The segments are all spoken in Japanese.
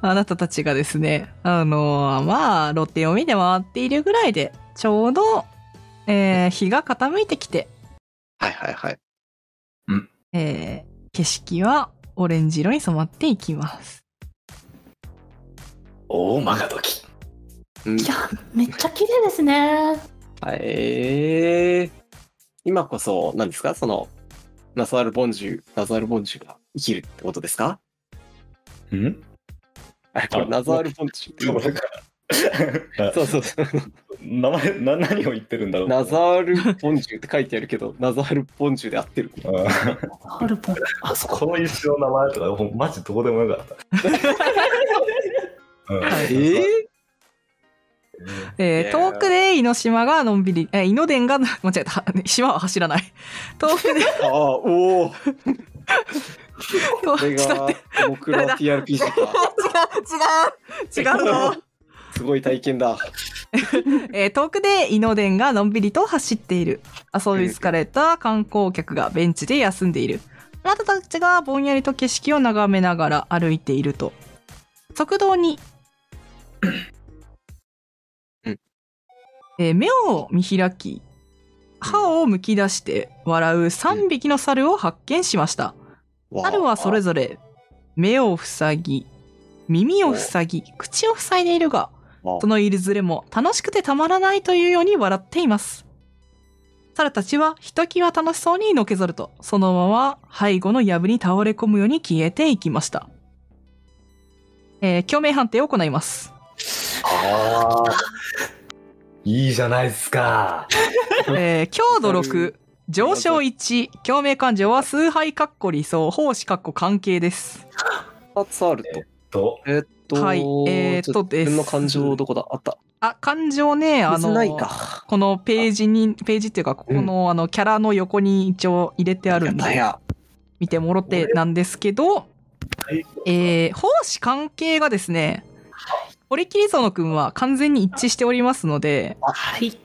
あなたたちがですね、あのーまあ、露店を見て回っているぐらいで、ちょうど、えー日が傾いてきて、はいはいはい。えー景色はオレンジ色に染まっていきます。大マガドキ。うんいや、めっちゃ綺麗ですね。 はいえー、今こそ、何ですかその、ナサール・ボンジュ、ナサール・ボンジュが生きるってことですかんあれこれあナサール・ボンジそうだュ。から。そうそうそう。名前な、何を言ってるんだろう。ナザール・ボンジュって書いてあるけど、ナザール・ボンジュで合ってる。うんハルポン。あ、そこ。この石の名前とか、ほんマジどうでもよかった。うんはいえー、えーいやー遠くで猪島がのんびり、えー、猪電が、間 違えた、は島は走らない。遠くで、ああ、お遠お、こ く、れちょっと待がって、僕の TRPG か。違う、違う、違うぞ。 すごい体験だ。えー遠くでイノデンがのんびりと走っている遊び疲れた観光客がベンチで休んでいるあなたたちがぼんやりと景色を眺めながら歩いていると側道に、うんえー目を見開き歯をむき出して笑う3匹の猿を発見しました、猿はそれぞぞれ目を塞ぎ耳を塞ぎ口を塞いでいるがれそのいずれも楽しくてたまらないというように笑っています。猿たちはひときわ楽しそうにのけぞると、そのまま背後の藪に倒れ込むように消えていきました。えー、共鳴判定を行い ます。ああ。いいじゃないですか。えー、強度猿6、上昇1、共鳴感情は崇拝かっこ理想、奉仕かっこ関係です。 2つあると。と、えーっと、はいえーっとちょ自分のです感情どこだあった。あ、感情ね、あの、ないか。このページに、ページっていうか、ここの、あの、キャラの横に一応入れてあるんで。やったや。見てもろてなんですけど、えー、奉仕関係がですね、堀切園くんは完全に一致しておりますので、はい。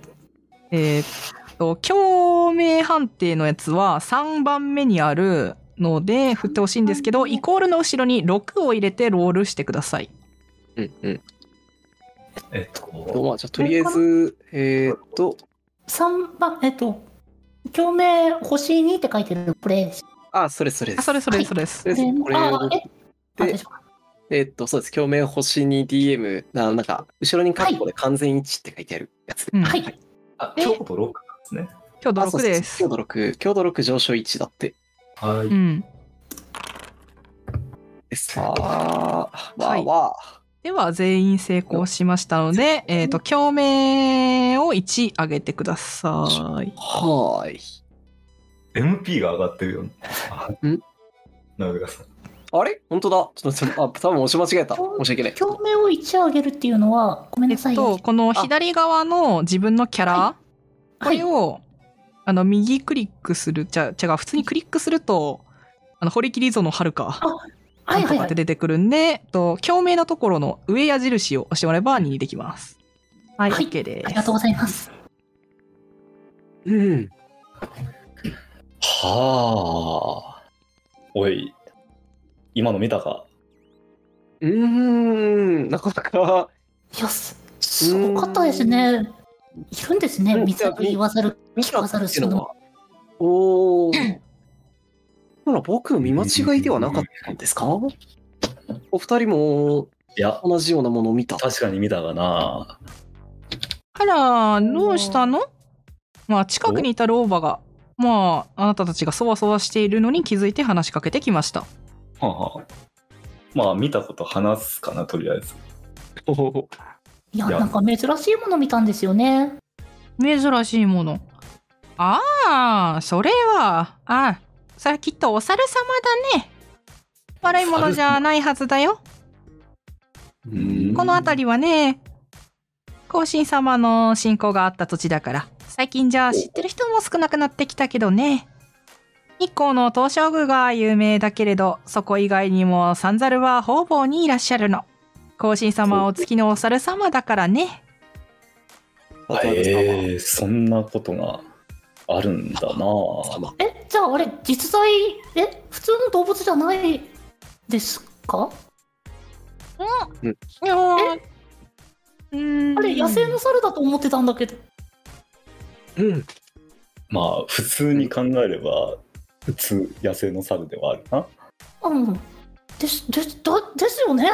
えーっと、共鳴判定のやつは3番目にあるので、振ってほしいんですけど、イコールの後ろに6を入れてロールしてください。うんうん。えっとと、まあ、じゃあとりあえず、えーっと、三番、えっと。共鳴星2って書いてるプレイしあ、それそれであす。それそれそれです。とりあえずこれあをえあで大丈夫かえーっと、そうです。共鳴星に DM、ななんか、後ろにカッコで完全一致って書いてあるやつ。うん、はい。あ、え京都六ですね。強度あそう6そうです強。度6、強度6上昇1だって。はうい。ん。さあ、わはあいわあ。では、全員成功しましたので、えーっと、共鳴を1上げてください。はーい。 MP が上がってるよね。んなめてください。あれ本当だ。ちょっと待って、あ、多分押し間違えた。申し訳ない。共鳴を1上げるっていうのは、ごめんえなさい。っと、この左側の自分のキャラ、はこれはい、を、あの、右クリックする、じゃ、違う、普通にクリックすると、あの、堀切園遥か、はないんはといかはっいて。出てくるんで、えっと、共鳴のところの上矢印を押してもらえば2できます。はい、はい OK でありがとうございます。うん。はあ。おい、今の見たか。うーん、なかなか。いや、すすごかったですね。いるんですね。うん見ざる言わざる。見聞かざるってそいうのの。は。おお。ほら、僕の見間違いではなかったんですかお二人もいや、同じようなものを見た。確かに見たがな。す。あら、どうしたのまあ、近くにいた老婆が、まあ、あなたたちがそわそわしているのに気づいて話しかけてきました。はあはあまあ、見たこと話すかな、とりあえず。いや、いやなんか珍しいもの見たんですよね。珍しいものああそれはあそれはきっとお猿様だね悪いものじゃないはずだよんこの辺りはね後進様の信仰があった土地だから最近じゃ知ってる人も少なくなってきたけどね日光の東照宮が有名だけれどそこ以外にも三猿は方々にいらっしゃるの後進様はお月のお猿様だからね渡辺さんはえー、そんなことがあるんだな。様え、じゃああれ、実在、え、普通の動物じゃないですかうんいやーうーんあれ、野生の猿だと思ってたんだけど。うん。まあ普通に考えれば普通野生の猿ではあるなうん。です、です、だ、ですよね。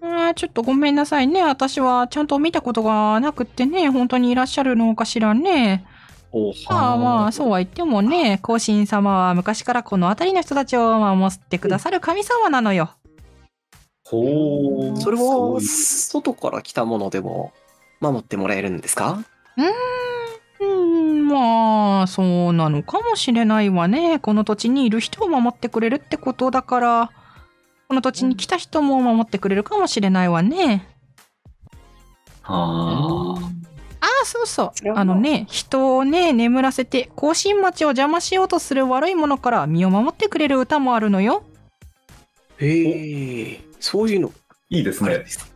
あーちょっとごめんなさいね。私はちゃんと見たことがなくってね、本当にいらっしゃるのかしらね。おまあまあ、そうは言ってもね、孔神様は昔からこの辺りの人たちを守ってくださる神様なのよ。ほそれはそういう外から来たものでも守ってもらえるんですかうーん、まあ、そうなのかもしれないわね。この土地にいる人を守ってくれるってことだから、この土地に来た人も守ってくれるかもしれないわね。あああ、そうそうそれ。はあもうのね、人をね、眠らせて、甲信町を邪魔しようとする悪いものから身を守ってくれる歌もあるのよ。へえ、そういうのいいですあねるんです。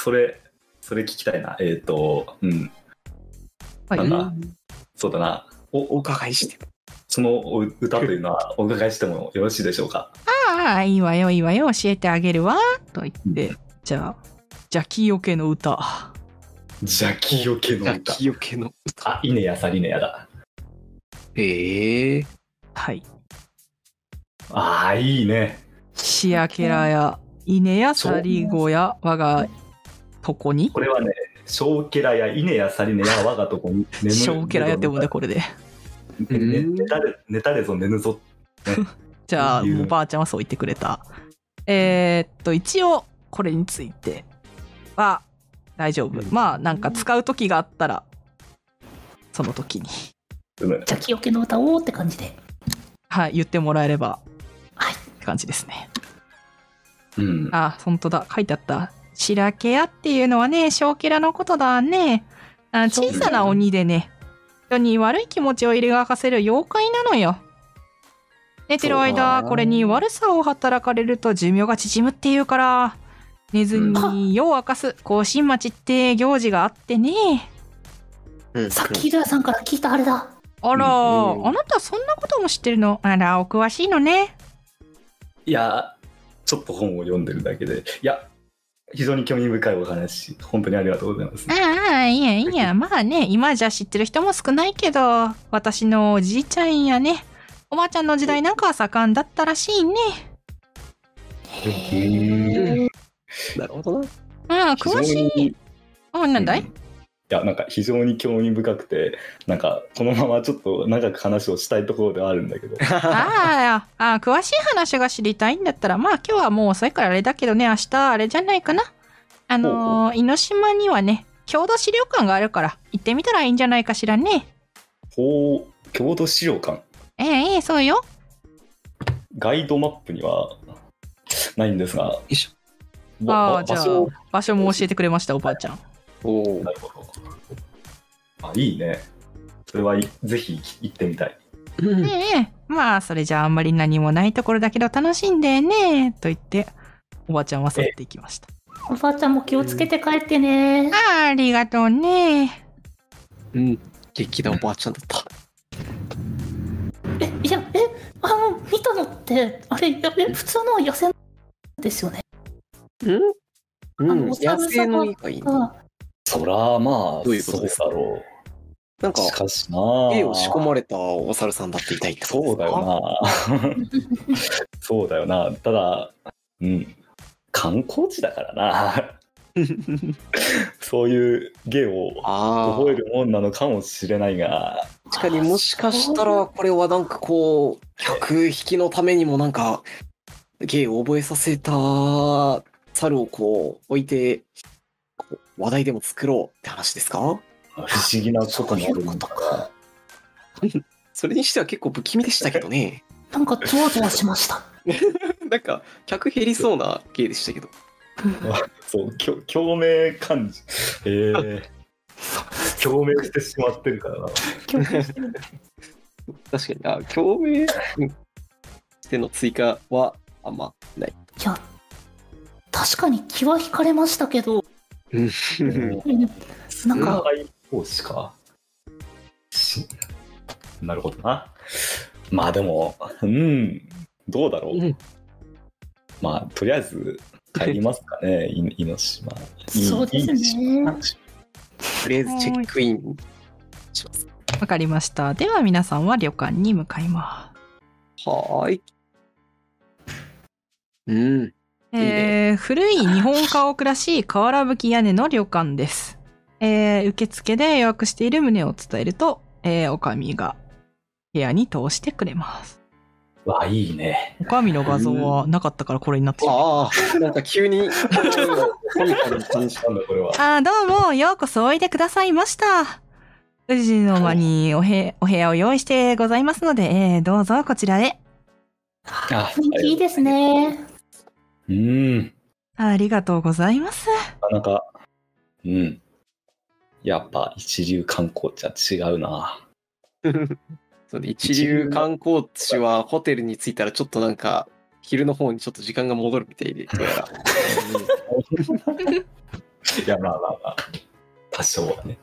それそれ聞きたいなえっ、とうんはいなんだそうだなおお伺いして。そのお歌というのはお伺いしてもよろしいでしょうかああ、いいわよ、いいわよ、教えてあげるわ。と言って、じゃあ、邪気よけの歌。邪気よけの歌きよけのあ歌。稲やさりねやだへえ、はい。あーいいねシアケラや、稲やサリゴや、我がとこに。これはね小ケラや稲やさりねや我がとこに眠るショーケラやってもんね、これで。ねね寝たれ寝たれぞ寝ぬぞじゃあ、いいねもうばあちゃんはそう言ってくれた。えーっと、一応、これについては、大丈夫う。んまあ、なんか使う時があったら、その時に、うむじゃあ、清家の歌をって感じで。はい、言ってもらえれば、はいって感じですね。うんあ、本当だ。書いてあった。白ケラっていうのはね、小ケラのことだね。あ小さな鬼でね、人に悪い気持ちを入れがかせる妖怪なのよ。寝てる間、これに悪さを働かれると寿命が縮むっていうから、寝ずに夜を明かす甲信町って行事があってね。うんさっき、井戸屋さんから聞いたあれだ。あら、うんあなたそんなことも知ってるのあら、お詳しいのね。いやちょっと本を読んでるだけでいや非常に興味深いお話本当にありがとうございますああ、いいや、い いや。まあね、今じゃ知ってる人も少ないけど、私のおじいちゃんやね、おばあちゃんの時代なんかは盛んだったらしいね。へなるほどな。うん、詳しい。いうん、なんだい、いやなんか非常に興味深くてなんかこのままちょっと長く話をしたいところではあるんだけどああ、ああ、詳しい話が知りたいんだったら、まあ今日はもう遅いからあれだけどね、明日あれじゃないかな。あのー江ノ島にはね、郷土資料館があるから、行ってみたらいいんじゃないかしらね。ほう郷土資料館ええええそうよ。ガイドマップにはないんですがいしあばあ、じ場ゃあ所を、場所も教えてくれました、おばあちゃん。 おおな。るほどあいいねそれはいぜひ行ってみたいうんええ、まあそれじゃああんまり何もないところだけど楽しんでねと言っておばあちゃんは去っていきましたおばあちゃんも気をつけて帰ってね。あありがとうねうん。激なおばあちゃんだった。え、いや、え、あの、見たのって、あれ、いやえ、普通の野生のですよね。うんうん、あお野猿様生の以外に。あそらまどあういうことですかそうだろうなんか、しかしな絵を仕込まれたお猿さんだっていたいってことですそうかだよな そうだよなただうん観光地だから なそういう芸をああ。覚えるもんなのかもしれないが確かにもしかしたら、これはなんかこう、客引きのためにもなんか、芸を覚えさせた猿をこう置いて、こう話題でも作ろうって話ですか不思議なこともあるんだからそれにしては結構不気味でしたけどね。なんか、ゾワゾワしました。 なんか、客減りそうな芸でしたけど。そうきょ共鳴感じええ共鳴してしまってるからな今日してる確かに、あ、共鳴うんしての追加はあんまない。いや、確かに気は引かれましたけど、うんなんか、海奉仕かしなるほどなまあでもうんどうだろう、うんまあとりあえず帰りますかね、い猪島。いいそうですねいい島とりあえずチェックインします。わかりました。では皆さんは旅館に向かいまはーい。うす。ん。いいねえー古い日本家屋らしい瓦吹き屋根の旅館です。えー受付で予約している旨を伝えると、えー、おかみが部屋に通してくれます。わあ、いいね。おかみの画像はなかったからこれになってしまう。ああ、なんか急に、コミカルな感感じじ。たんだ、これは。あーどうも、ようこそおいでくださいました。宇治の間におへお部屋を用意してございますので、えーどうぞこちらへ。あ雰囲気いいです。ね。うん。ありがとうございます。なかなか、うん。やっぱ一流観光地は違うな。そうで一流観光地はホテルに着いたらちょっとなんか、昼の方にちょっと時間が戻るみたいで、どうや ら。いや、まあまあまあ。多少ははね。い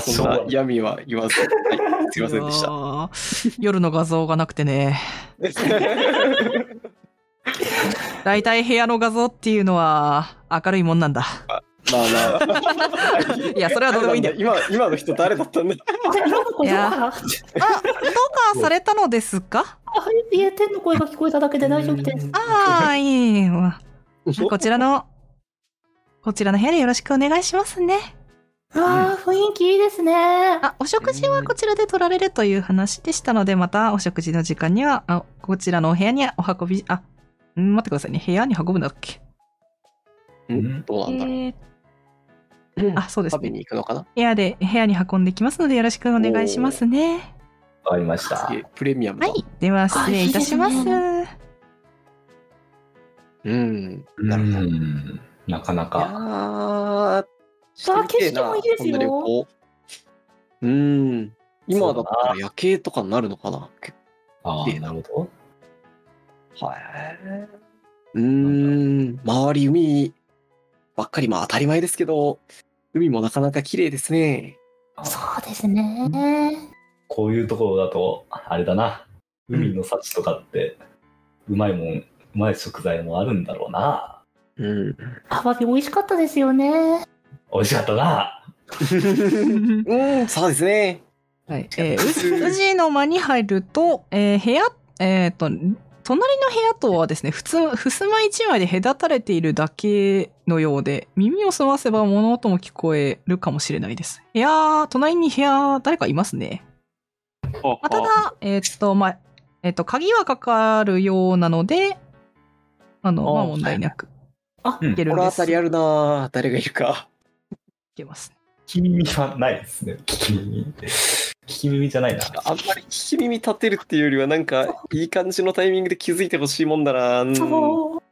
そんな闇は言わず、はい、すいませんでし いた。やー 夜の画像がなくてね。大体部屋の画像っていうのは明るいもんなんだ。 まあまあ。いや、それはどうでもいいんだよ。今、今の人誰だったんだあれ、ロボコいどうやかなあ、どうかされたのですかあいえ、天の声が聞こえただけで大丈夫です。ああ、いいわ。こちらの、こちらの部屋でよろしくお願いしますね。ああ、雰囲気いいですね。あ、お食事はこちらで取られるという話でしたので、またお食事の時間には、あこちらのお部屋にお運び、あ、ん待ってくださいね。部屋に運ぶんだっけうんどうなんだろう。えー、あ、そうです食べね。に行くのかな部屋で、部屋に運んできますので、よろしくお願いしますね。わかりましたすげ。えプレミアムはだ。い。では、失礼いたしまあいすいで。うん。ななるほど。いんなかなやか。ー、わあ景色もいいでこすよんな旅行うん。今だったら夜景とかになるのかな結ああ、綺麗なるほ構はい。うん。周り海ばっかり、まあ当たり前ですけど、海もなかなか綺麗ですね。ど。そうですね。こういうところだと、あれだな。海の幸とかって、うまいもん、うまい食材もあるんだろうな。 うん。アワビ美味しかったですよね。美味しかったな。うん、そうですね。はい。えー、宇治の間に入ると、えー部屋、えっ、と、隣の部屋とはですね、普通、襖一枚で隔たれているだけのようで、耳を澄ませば物音も聞こえるかもしれないです。部屋、隣に部屋、誰かいますね。まあ、ただ、えっ、と、まあ、えっ、と、鍵はかかるようなので、あの、まああ問題なく。あうんいけるん心で当す。たりあるな誰がいるか。いけます。聞き耳はないですね。聞き耳。聞き耳じゃないな。あんまり聞き耳立てるっていうよりは、なんか、いい感じのタイミングで気づいてほしいもんだなうんそう。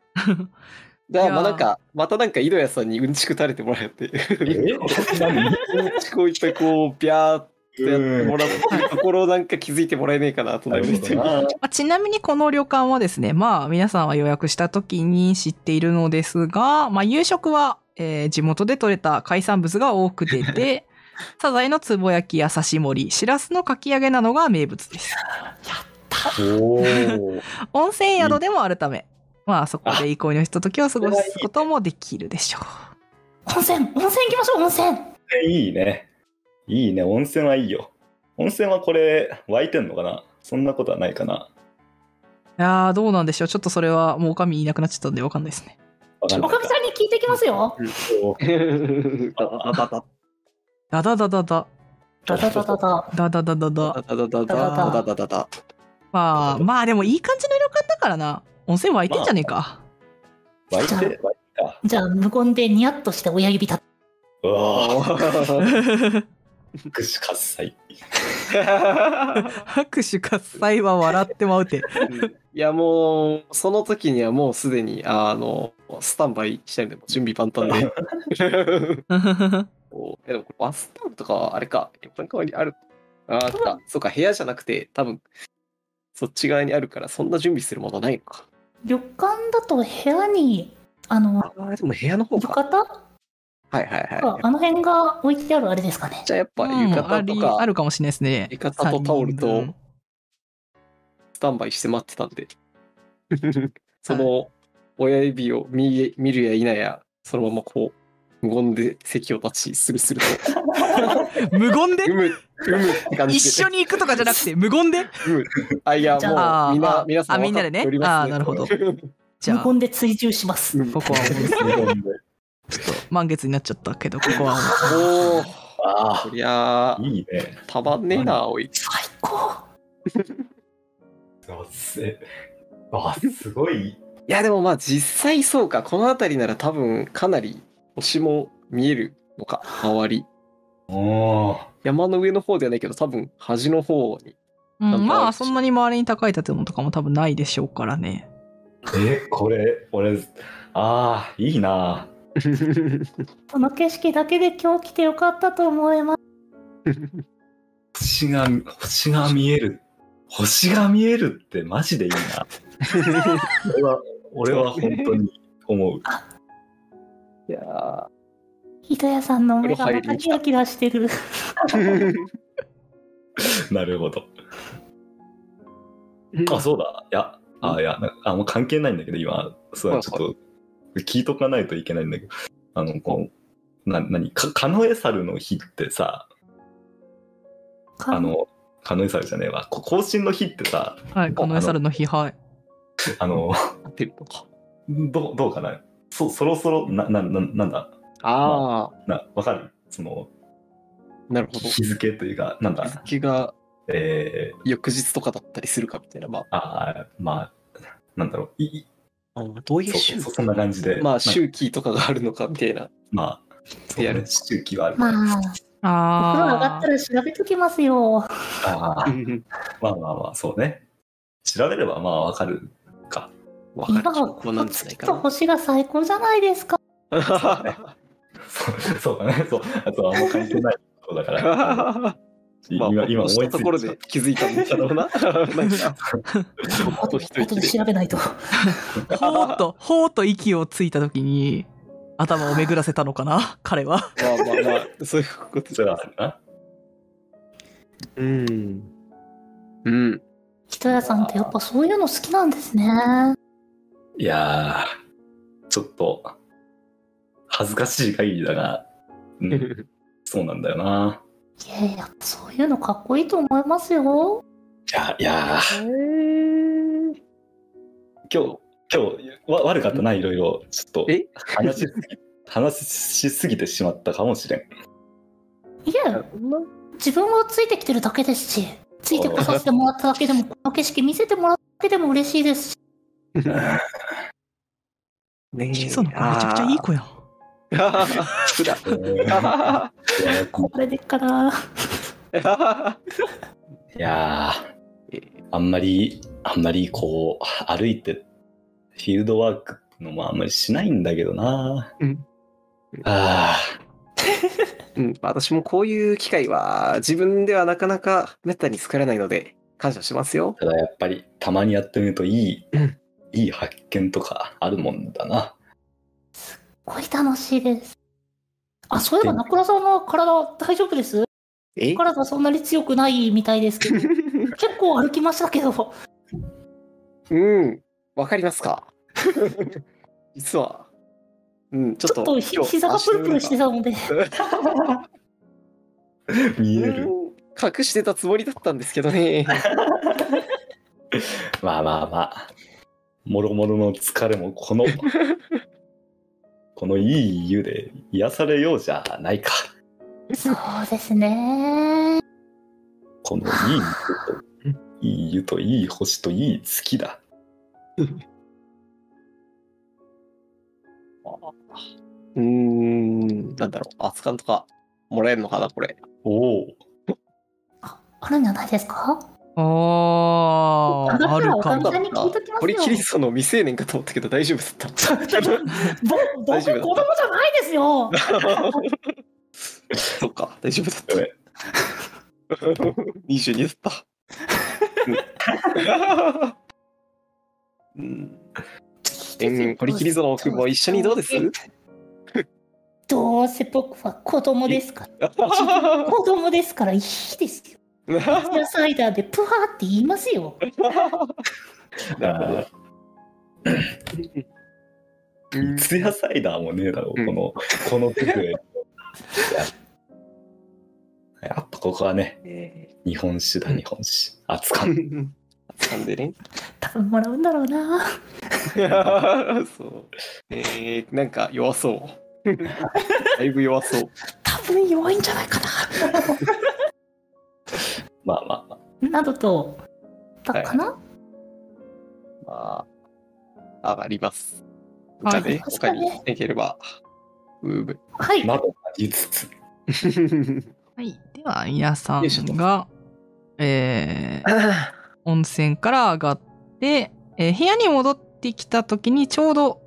だからまいやあーなんか、またなんか井戸屋さんにうんちく垂れてもらって、え 何うんちくをいっぱいこう、ビャー っとやってもらって、ところなんか気づいてもらえねえかなとな思っ るて ほどな。まあちなみにこの旅館はですね、まあ皆さんは予約した時に知っているのですが、まあ夕食は、えー地元で採れた海産物が多く出 て、サザエのつぼ焼きや刺し盛り、シラスのかき揚げなどが名物です。おお。温泉宿でもあるため、まあそこで憩いのひとときを過ごすこともできるでしょ温泉、温泉行きましょう、温泉。いいね。いいね。温泉はいいよ。温泉はこれ、湧いてんのかなそんなことはないかなう。いやーどうなんでしょう。ちょっとそれはもうおかみいなくなっちゃったんでわかんないですね。わかんなおいかみさんに聞いてきますよ。ダダダダダ、ダダダダダ。ダダダダダダダダダダダダダダ。ダダダダまあ、まあでもいい感じの旅館だからな。温泉湧いてんじゃねえか。湧いて、湧いてた。じゃあ、無言でニヤッとして親指立て。うわぁ、あ福祉喝采。ー拍手喝采は笑ってまうて。いやもう、その時にはもうすでに、あの、スタンバイしたりでも準備万端で。 おえでもこれバスタブとかはあれか、旅館側にある。ああった。そうか、部屋じゃなくて、多分そっち側にあるから、そんな準備するものないのか。旅館だと部屋に、あの、ああ、でも部屋の方浴か。衣はいはいあはあの辺が置いてあるあれですかねい。。じゃあやっぱうん浴あ衣とりかあ、るかもしれないですね。浴衣とタオルと三人分 スタンバイして待ってたんで。その、親指を見見るや否や、そのままこう、無言で席を立ち、す るすると、無言でうむ、うむって感じで。一緒に行くとかじゃなくて無言であ、いや、じゃもう、みんあなあ、皆さんあみんなでね分かっておりますあなるほどじゃ無あ言で追従しま す。うんここはもうちょっと満月になっちゃったけどここはもうおお、あこりゃああ、、いいね。たまんねえな、おい。最高あすあすごいいやでもまあ実際そうかこの辺りなら多分かなり星も見えるのか周りおー山の上の方ではないけど多分端の方にうんなんかまあそんなに周りに高い建物とかも多分ないでしょうからねえこれ俺あーいいなこの景色だけで今日来てよかったと思います。星が星が見える星が見えるってマジでいいな。俺は、俺は本当に思う。 いやひとやさんの目がまたキラキラしてる。ーなるほど。あ、そうだ。いや、あ、いや、なあ、もう関係ないんだけど、今、そうだ、ちょっと、聞いとかないといけないんだけど、あの、こう、な、なに、かカノエサルの日ってさ、あの、カノエサルじゃねえわ、こ更新の日ってさ、はいこのエサルの批判あの、 合ってるのかどうどうかなそ、そろそろ、な、な、ななんだ、ああな、わかるその、なるほど日付というか、なん日だ、付がえー、翌日とかだったりするかみたいなまああーまあ、なんだろう、いいあどういうそう周そう、そんな感じで、まなあ周期とかがあるのかみたいなまあ、そうやねる周期はあるかまら。あ、お風呂上があっあたら調べときますよ。あーうんまあまあまあ、そうね。調べればまあわかる か。わか今る兆候なんポじゃツないンかと星が最高じゃないです か。なそうそうだね。そう。あとはもう関係ないことだ から。まあ 今、今今思いしついたとてころで気づいたんだろ うななんかああととで一息で調べないと。ほーっとほーっと息をついた時に頭を巡らせたのかな彼はまあまあまあそういうことそれはあるな。うん。うん。ひとやさんってやっぱそういうの好きなんですね。いやー、ちょっと、恥ずかしい限りだが、 うん、そうなんだよな。いやいや、そういうのかっこいいと思いますよ。いや、いやー今日、今日、わ悪かったな、いろいろ。ちょっとえ、話しすぎ、 話しすぎてしまったかもしれん。いや、自分はついてきてるだけですし、ついてこさせてもらっただけでも、この景色見せてもらっただけでも嬉しいですし、ねえそうなのめちゃくちゃいい子やんあー普段え ーあこれでっから。ーいやえーあんまりあんまりこう歩いてフィールドワークのもあんまりしないんだけどな、うんあうん、私もこういう機会は自分ではなかなかめったに作らないので感謝しますよー。ただやっぱりたまにやってみるといい、うんいい発見とかあるもん だなこれ楽しいです。あ、そういえば、ナクラさんの体大丈夫ですえ体そんなに強くないみたいです けど、結構歩きましたけど、うん。わかります か実は。うん、ちょっちょとっとひ膝がプルプルしてたので、見えうるん隠してたつもりだったんですけどね。まあまあまあもろもろの疲れも このこのいい湯で癒されようじゃないかそうですね。このいい湯といい湯といい星といい月だうーん、なんだろう、熱燗とかもらえるのかな、これ。おおああるんじゃないですかあだあかあらるおかもかみさんに聞いときますよ。堀切りその未成年かと思ったけど大丈夫だった。 ぼ僕大子丈夫だ供じゃないです よ。そっか、大丈夫だった。22だ った。 うん、うん、堀切り園君も一緒にどうですどうせ僕は子供ですから子供ですからいいですよ。ピアサイダーでプハーって言いますよ。あーうんツヤサイダーもねえだろうう、んこの、この手で。いややっぱここはね、え日本酒だ、日本酒。熱かん。ー掴んでね。多分もらうんだろうな。 そう。えー、なんか弱そう。だいぶ弱そう。多分弱いんじゃないかまあまあまあ。な。などと、だはいかな、まあ、上がります。はいじゃあね、確他かににいければ。うーぶ。はい。などもありつつ、はい。では、皆さよいしんょが、えー、温泉から上がって、えー部屋に戻ってきた時にちょうど、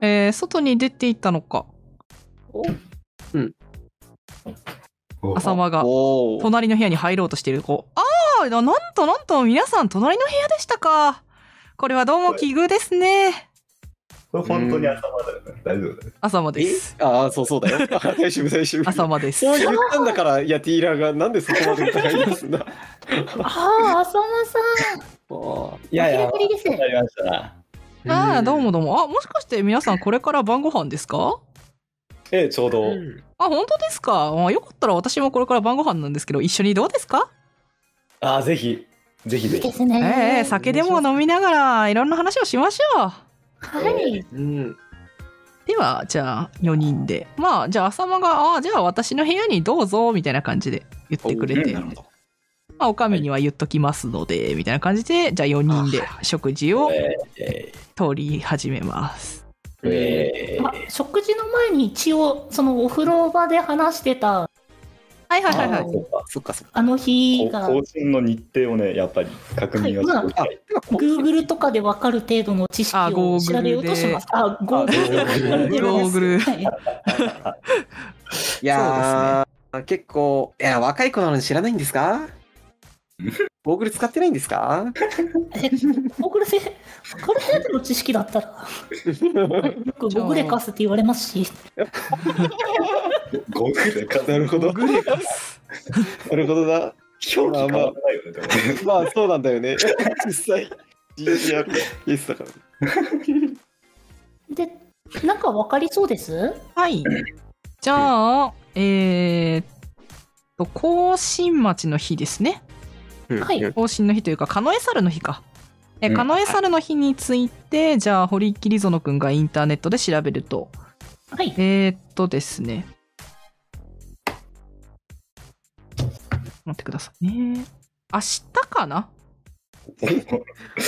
えー外に出ていったのか、浅間がおー隣の部屋に入ろうとしている子。ああ、ななんとなんと皆さん隣の部屋でしたか。これはどうも奇遇ですね。これ本当に浅間だよね。大丈夫だよね。朝間です。えああ、そうそうだ よ。あ大丈夫、大丈夫。朝間です。そう言ったんだから、いや、ティーラーがなんでそこまで疑い出すん だ。ああ、浅間さん、あいやいや、お気に入りですわかりましたな。ああ、どうも。どうも。あ、もしかして皆さんこれから晩ご飯ですかええ、ちょうど、うんあ、本当ですか。まあ、よかったら私もこれから晩ご飯なんですけど、一緒にどうですかああ、ぜひ、ぜひいぜいひで。すね。ええ酒でも飲みながらいろんな話をしましょう。はい。うん。では、じゃあ4人で。まあ、じゃあ浅間が、ああ、じゃあ私の部屋にどうぞ、みたいな感じで言ってくれて、なまるほど。あ、おかみには言っときますので、みたいな感じで、じゃあ4人で食事をええ取り始めます。ええあ食事の前に一応、そのお風呂場で話してた、はいはいはいはあいー。そうかそっかそっか。あの日が、更新の日程をね、やっぱり確認がすごい。はい Google とかで分かる程度の知識あを Google 調べようとします。あ、Google で。ゴーグルはいいやー、結構、いや、若い子なのに知らないんです かゴーグル使ってないんですかえゴーグルで、これ程度の知識 だったら、よくゴグレカスって言われますし、ゴーグルか。なるほど。なるほどな。表記変わらないよね、でもね。まあ、そうなんだよね。実際、GCR イエスだから。で、なんか分かりそうですはい。じゃあ、えー、っと、甲信町の日ですね。はいうん更新の日というか、カノエサルの日か。え、うんカノエサルの日について、じゃあ、堀切り園くんがインターネットで調べると、はい。えー、っとですね。待ってくださいね。明日かな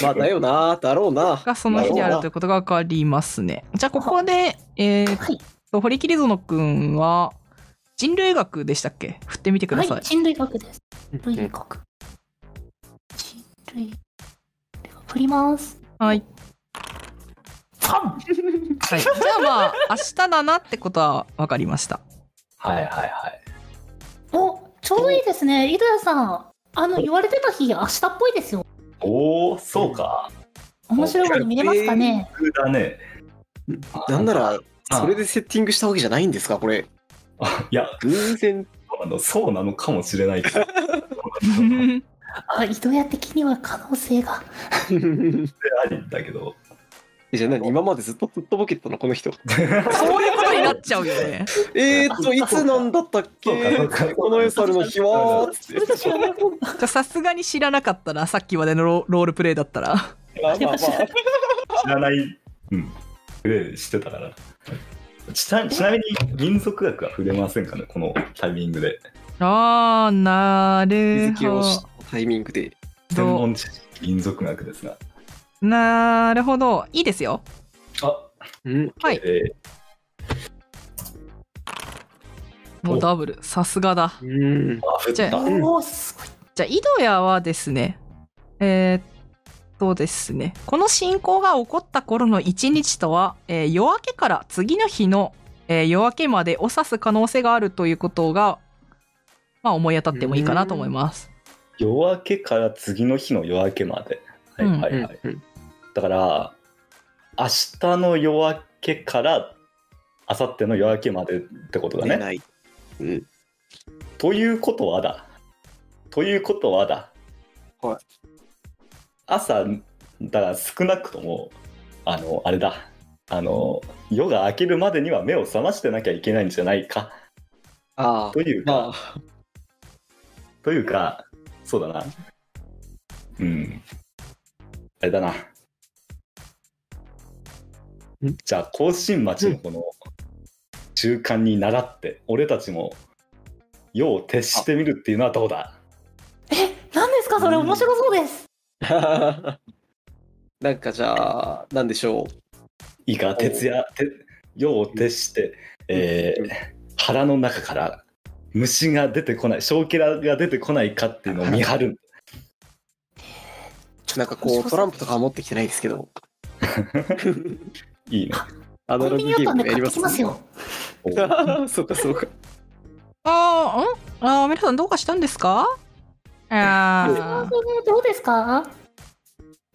まあ、だよな、だろうな。がその日であるということが分かりますね。じゃあ、ここで、えー、っはい。と、堀切園くんは、人類学でしたっけ振ってみてくださはいい。。人類学です。う人類ん学。人類学。振ります。はい。ファン はい、じゃあまあ明日だなってことは分かりました はいはいはい。お、ちょうどいいですね。井戸谷さん、あの、言われてた日、明日っぽいですよ。おお、そうか。面白いもの見れますかね。普通だね。なんなら、あそれでセッティングしたわけじゃないんですか、これ。あいや、偶然。あのそうなのかもしれないけど。ではあ、井戸谷的には可能性が。ありだけど。 じゃあ何、今までずっとずっとボケてたの、この人。そういうことになっちゃうよね えーっと、いつなんだったっけそうかそうかこのエサルの日はつって。知らない方が。じゃあさすがに知らなかったなさっきまでのロロールプレイだったらまあまあま知らない、うん、プレイしてたから。ちなちなみに民族学は触れませんかね、このタイミングで。あーなあ、る気づきをほしたタイミングで。専門知識、民族学ですが。どなるほどいいですよあうん。はいえもうダブルさすがだうんー、。あ、降っじゃた。あおー、すごい。じゃあ井戸屋はですねえーっとですねこの侵攻が起こった頃の一日とは、えー夜明けから次の日の、えー夜明けまでを指す可能性があるということがまあ思い当たってもいいかなと思います。夜明けから次の日の夜明けまで。はいうんはいはい。うんだから、明日の夜明けから明後日の夜明けまでってことだ出ね。ない。うん。ということはだ。ということはだ。はい朝、だから少なくとも、あの、あれだ。あの夜が明けるまでには目を覚ましてなきゃいけないんじゃないかああというかまあというかそうだなうんあれだなんじゃあ甲信町のこの習慣に習って俺たちも夜を徹してみるっていうのはどうだえ、何ですかそれ面白そうです。 なんかじゃあ、なんでしょいいか徹夜て夜を徹して、えー腹の中から虫が出てこない小キラが出てこないかっていうのを見張るう。なんかこう、トランプとかは持ってきてないですけど。いいねアコナンログビゲニあーったんムでやり買っまてきすますよ。おうあ あ、そうかそうか。あーんあー皆さんどうかしたんですかあーどうですか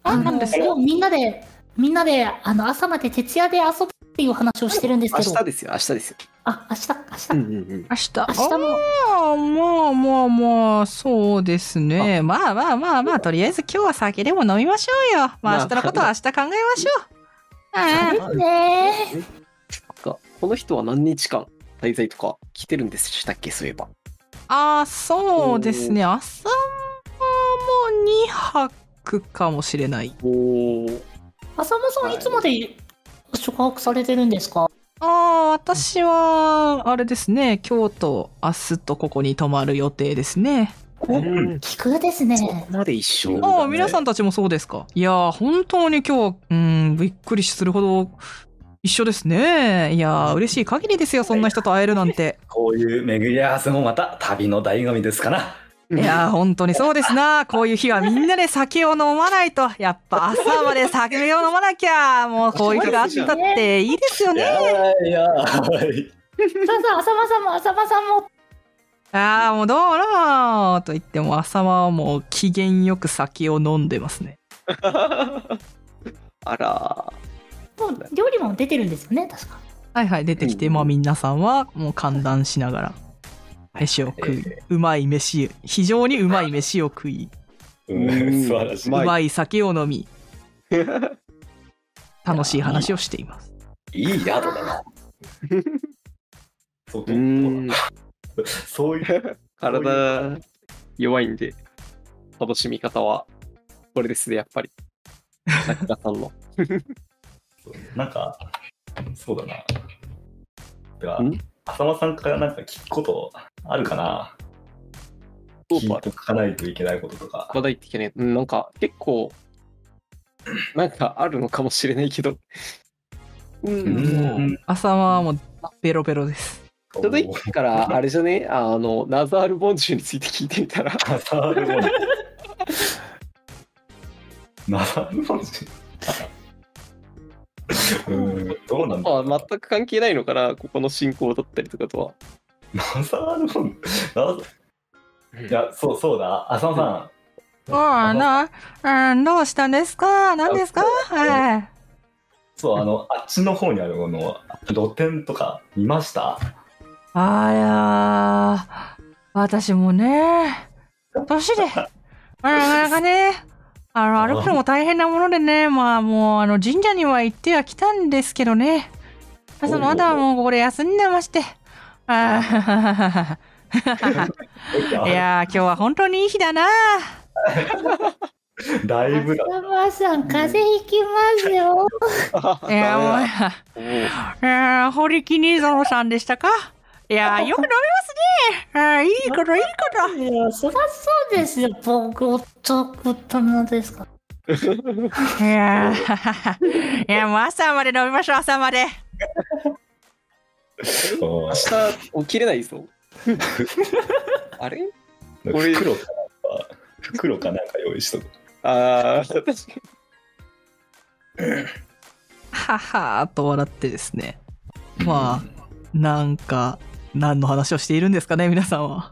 あなのんです今日みんなで、みんなであの朝まで徹夜で遊ぶっていう話をしてるんです明けど、日ですよ、明日ですよ。あ、明日、う明ん日、うんうん。明日明日も、あーまあまあまあそうですねまあまあまあまあとりあえず今日は酒でも飲みましょうよまあ明日のことは明日考えましょうあーですね。かこの人は何日間滞在とか来てるんでしたっけ、そういえば。あーそうですね朝も2泊かもしれないおー浅間さん、いつまで宿泊されてるんですかああ私はあれですね今日と明日とここに泊まる予定ですねうん。奇遇ですそねこ。まで一緒。だねああ皆さんたちもそうですかいやー本当に今日うんびっくりするほど一緒ですねいやー嬉しい限りですよそんな人と会えるなんてこういう巡り合わせもまた旅の醍醐味ですかな。いやー本当にそうですなこういう日はみんなで酒を飲まないとやっぱ朝まで酒を飲まなきゃもうこういう日があったっていいですよねいやいそうそう、浅間さんも浅間さんも、ああもうどうもと言っても朝はもう機嫌よく酒を飲んでますねあらもう料理も出てるんですよね、確か。はいはい出てきて、うんまあ皆さんはもう寒暖しながら飯を食い、うまい飯非常にうまい飯を食いううんん、素晴らしうまいまい酒を飲 みー。楽しい話をしていますい。いい宿 だな。そううどん。そういう、体弱いんで、楽しみ方は、これですね、やっぱ り。さきらさんの。なんか、そうだな。てかん、浅間さんからなんか聞くことあるかなどう聞かいておかないといけないこととか。話題的ね、うん、なんか結構、なんかあるのかもしれないけど。ううんん。もう朝はもうベロベロですちょう ど一から、あれじゃね、あの、ナザール・ボンジュについて聞いてみたら、ナザールボンジナザールボンジうん、どうなんだろうまあ、全く関係ないのかな、ここの進行だったりとかとは。ナザールボンナザいや、そう、そうだ、浅野さああなうんどうしたんですか何ですかはいん、そう、あの、あっちの方にあるこの露店とか見ましたあーいやー私もね、年で、まあなかなかね、あの歩くのも大変なものでね、まあもうあの神社には行ってはきたんですけどね、まあその後はもうここで休んでまして、あーいやー、今日は本当にいい日だな。だいぶだ。浅間さん、風邪ひきますよ。いやもう、 ダいメだやー堀木新園さんでしたかいやーよく飲みますね。あーいいこと、いいこと。いや、そりゃそうですよ。僕、お得ったのですから。いやーいやもう朝まで飲みましょう朝までうん明日起きれないぞ。あれ俺袋かなんか、袋かなんか用意しとく。ああ、確かに。ははーと笑ってですねまあなんか何の話をしているんですかね皆さんは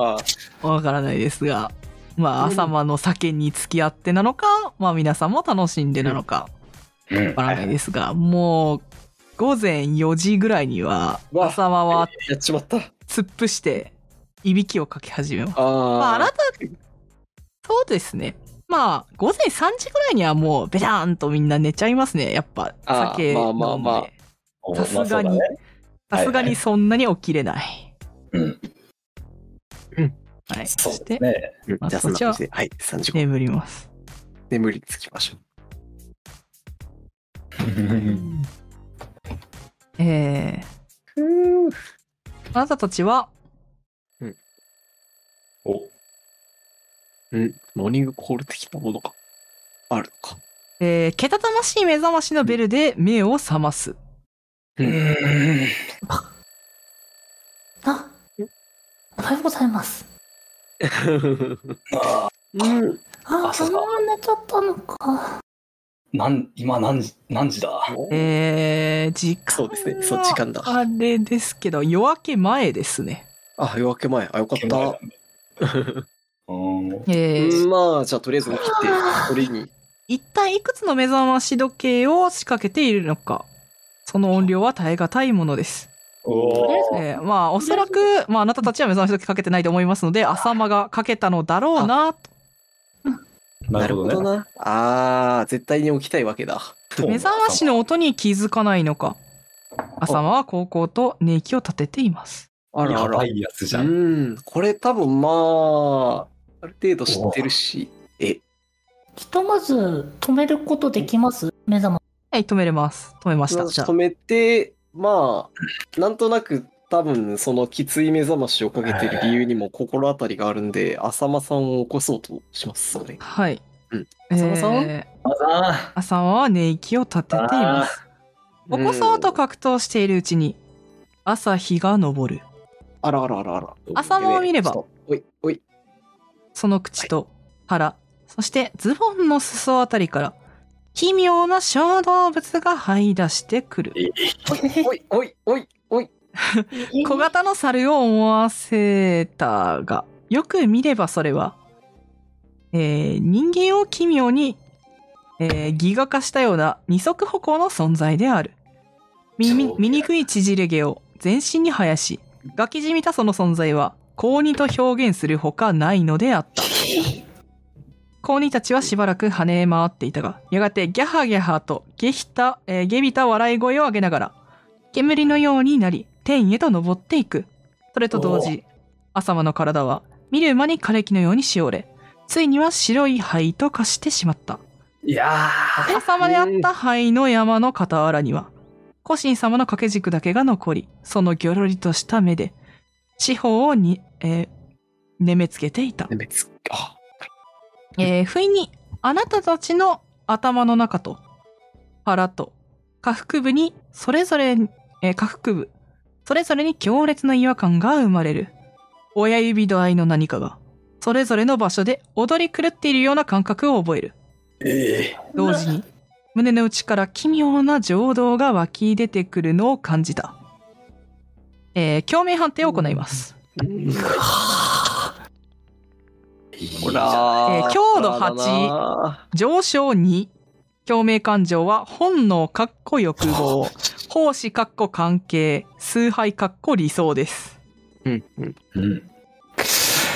ああわからないですがまあうん朝間の酒に付き合ってなのかまあ皆さんも楽しんでなのかうん、わからないですがもう午前4時ぐらいにはうわ朝間はやっちまった。あ突っ伏していびきをかき始めますあまあ、あなた、そうですね。まあ、午前3時ぐらいにはもう、べちゃーんとみんな寝ちゃいますね。やっぱ、あー酒飲んで。まあまあまあおさすがにまあそうだねさすがはいはにいそんなに起きれない。うん。はい。そそうして、ねうんじゃあそんな感じで、はい、3時間眠ります。眠りつきましょう。えふうー、あなたたちは、おうん、モーニングコール的なものがあるのか。えー、けたたましい目覚ましのベルで目を覚ます。あ、おはようございます。うん、あ、あそそうのかまま寝ちゃったのか。なん今何時何時だえー、時間はそうですねそう時間だあれですけど、夜明け前ですね。あ、夜明け前。あ、よかっ現代ただ。ね うんえー、うんまあ、じゃあとりあえず起きて、取りに。一体いくつの目覚まし時計を仕掛けているのか。その音量は耐え難いものです。おーえーまあ、おそらく、まあ、あなたたちは目覚まし時計かけてないと思いますので、朝間がかけたのだろうな、となるほどな。ねああ、絶対に起きたいわけだ。目覚ましの音に気づかないのか。朝間は高校と寝息を立てています。あらあやらば。いやつじゃうんん、これ多分まあ、ある程度知ってるし、え、ひとまず止めることできます目覚まはい、止めれます。止めました。じゃあ止。めて、まあ、なんとなく多分そのきつい目覚ましをかけてる理由にも心当たりがあるんで、浅間さんを起こそうとしますね。はい。うんえー浅間さんあ朝間は寝息を立てています。起こそうと格闘しているうちに、朝日が昇る。あらあらあらあら。朝間を見ればち、ょっとおい、おい。その口と腹、そしてズボンの裾あたりから、奇妙な小動物が這い出してくる。し。おい、おい、おい、おい。 小型の猿を思わせたが、よく見ればそれは、えー人間を奇妙に、えー、ギガ化したような二足歩行の存在である。み、み、醜い縮れ毛を全身に生やし、ガキじみたその存在は、高二と表現するほかないのであった。高二たちはしばらく跳ね回っていたが、やがてギャハギャハとゲヒタ、えーゲビタ笑い声を上げながら、煙のようになり、天へと登っていく。それと同時、浅間の体は、見る間に枯れ木のようにしおれ、ついには白い灰と化してしまった。いや朝まであった灰の山の傍らには、古神様の掛け軸だけが残り、そのぎょろりとした目で、四方をに、えー、ねめつけていた。別、あ、えー不意に、あなたたちの頭の中と、腹と、下腹部に、それぞれ、えー下腹部、それぞれに強烈な違和感が生まれる。親指度合いの何かが、それぞれの場所で踊り狂っているような感覚を覚える。ーえ同時に胸の内から奇妙な情動が湧き出てくるのを感じた、えー、共鳴判定を行います、ーほらえー強度8八。上昇2共鳴感情は本能かっこ欲望奉仕かっこ関係崇拝かっこ理想ですうん、うん。いっうん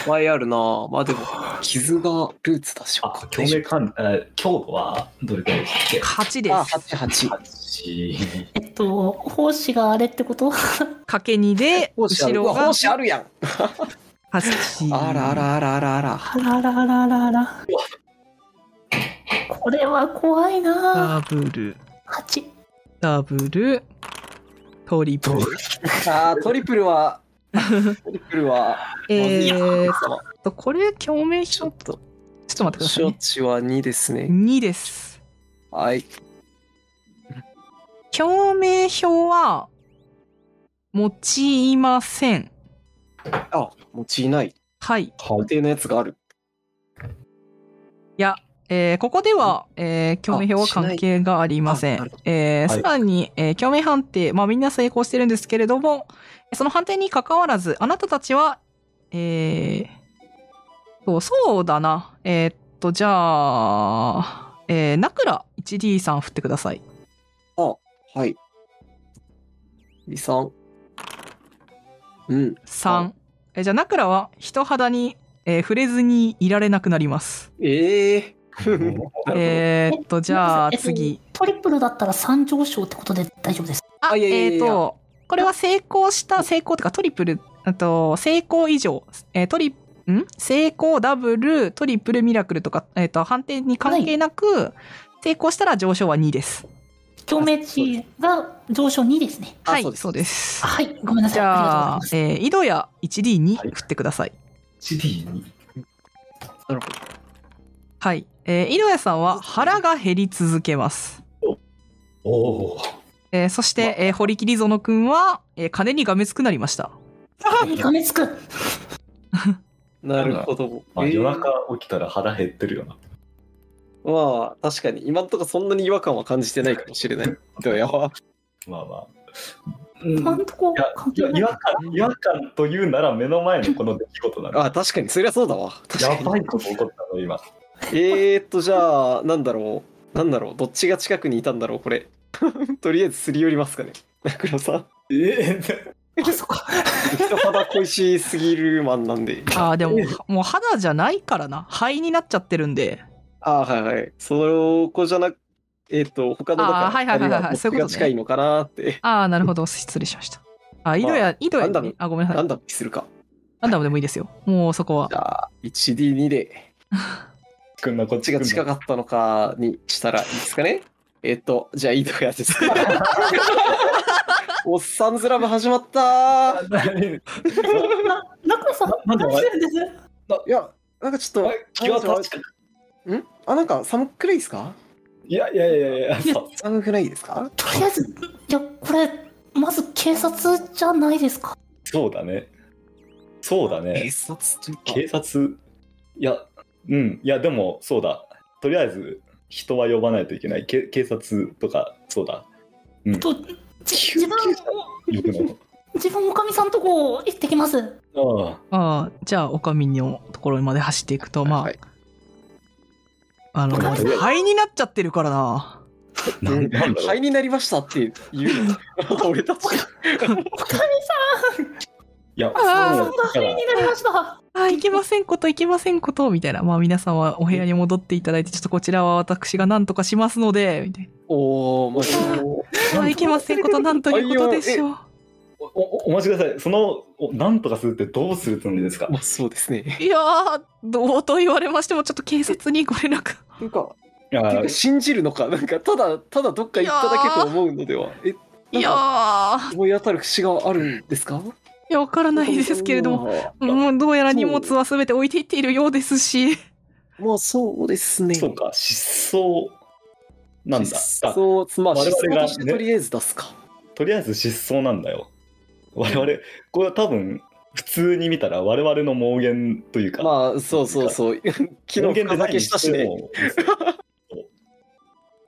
ぱいあるなまあでも、傷がルーツだしょうあか。共鳴感えー強度はどれくらいでした っけ8あ、です八八。八えっと、胞子があれってことかけ2で奉仕あ後るうろわが奉仕あるやん。 8あらあらあらあらあら。あらあらあらあらあら。これは怖いダなぁ。ブル8。ダブルトリプルあートリプル は、トリプルは、えーっまとこれ共鳴ちょっとちょっと待ってくあださい、処ね、置は2ですね。 2ですはい。共鳴表は用いません。あ、用いない。はい。い固定のやつがある。や、えーここでは、えー共鳴表は関係がありませあしんないあなるほ。えーはいさらに、えー共鳴判定、まあみんな成功してるんですけれども、その判定に関わらず、あなたたちは、えーそうそうだな。えーっと、じゃあ、えー、ナクラ 1D3 振ってください。はい。李さん。うん。は3。えーじゃあ、ナクラは人肌に、えー触れずにいられなくなります。えええー、っと、じゃあえっと次。トリプルだったら3上昇ってことで大丈夫です。あ、あいやいやいやえっ、と、これは成功した、成功というかトリプル、あと、成功以上、えートリ、ん成功、ダブル、トリプル、ミラクルとか、えっ、と、判定に関係なく、成功したら上昇は2です。共鳴値が上昇2ですね。 あはい、そそううで。ですすはい、ごめんなさじい。ありがとうござゃいあま、す。えー、井戸や 1D2 はい振ってください。 1D2。なるほどはい。えー、井戸やさんは腹が減り続けます。おお。えー、そして、えー、堀切園くんは、えー、金にがめつくなりました。 えーがめつく。なるほど。まあ、えー夜中起きたら腹減ってるよな。まあ、確かに、今んとこそんなに違和感は感じてないかもしれない。でも、やば。まあまあ。今んといこや関い係やな違い。和感違和感というなら目の前のこの出来事なの。あ、確かに、そりゃそうだわ。確かやに。ばいこと起こったの今。えーっと、じゃあ、なんだろう。なんだろう。どっちが近くにいたんだろう、これ。 とりあえずすり寄りますかね。中野さん。えあ、そっか。人肌恋しすぎるマンなんで。ああ、でも、もう肌じゃないからな。肺になっちゃってるんで。あーはいはい。そこじゃなく、えーっと、他のだあーはいはいはいはいどっちが近いのかなって。ああ、なるほど。失礼しました。あ、井戸まや、井戸やランダム、あ、ごめんなさないん。だっけするか。ランダムでもいいですよ。もうそこはじ。ゃあ、1D2 で。 くんなこどっっちが近かったのかにしたらいいですかねえっと、じゃあ、いいとこ やです。おっさんずラブ始まったー何中井さん、なんでお何前してるんですいや、なんかちょっと、 気は確かんあ、なんか寒くないですかいやいやいやいや いやそう寒くないですかとりあえず、いや、これ、まず警察じゃないですか。そうだねそうだ警ね察というか警察いやうんいやでもそうだとりあえず人は呼ばないといけないけ警察とかそうだと、じ自分、呼ぶの自分、おかみさんとこ行ってきます。あああ、じゃあ、おかみのところまで走っていくと、まあ、はいあの、おかみ肺になっちゃってるからな。あなんなんだろう肺になりましたって言うの。俺たち。おかみいやあーそうだからさんになりました。あ、いけませんこと、いけませんこと、みたいな。まあ、皆さんはお部屋に戻っていただいて、ちょっとこちらは私が何とかしますので、みたいおー、マジでな。あ、いけませんこと、なんということでしょう。おおお待ちくださいそのおなんとかするってどうするつもりですかまあ、そうですね。いやー、どうと言われましても、ちょっと警察にご連絡。なんか、いやなんか信じるのか、なんか、ただ、ただどっか行っただけと思うのでは。え、いやー、思い当たる節があるんですかいや、わからないですけれども。も。もうどうやら荷物は全て置いていっているようですし、。まあそうですね。そうか失踪なんだあそう、まあ、我失々が踪としてとりあえず出すか。とりあえず失踪なんだよ。我々、これは多分、普通に見たら我々の妄言というか、まあ、そうそうそう。昨妄日言深酒したしね。もう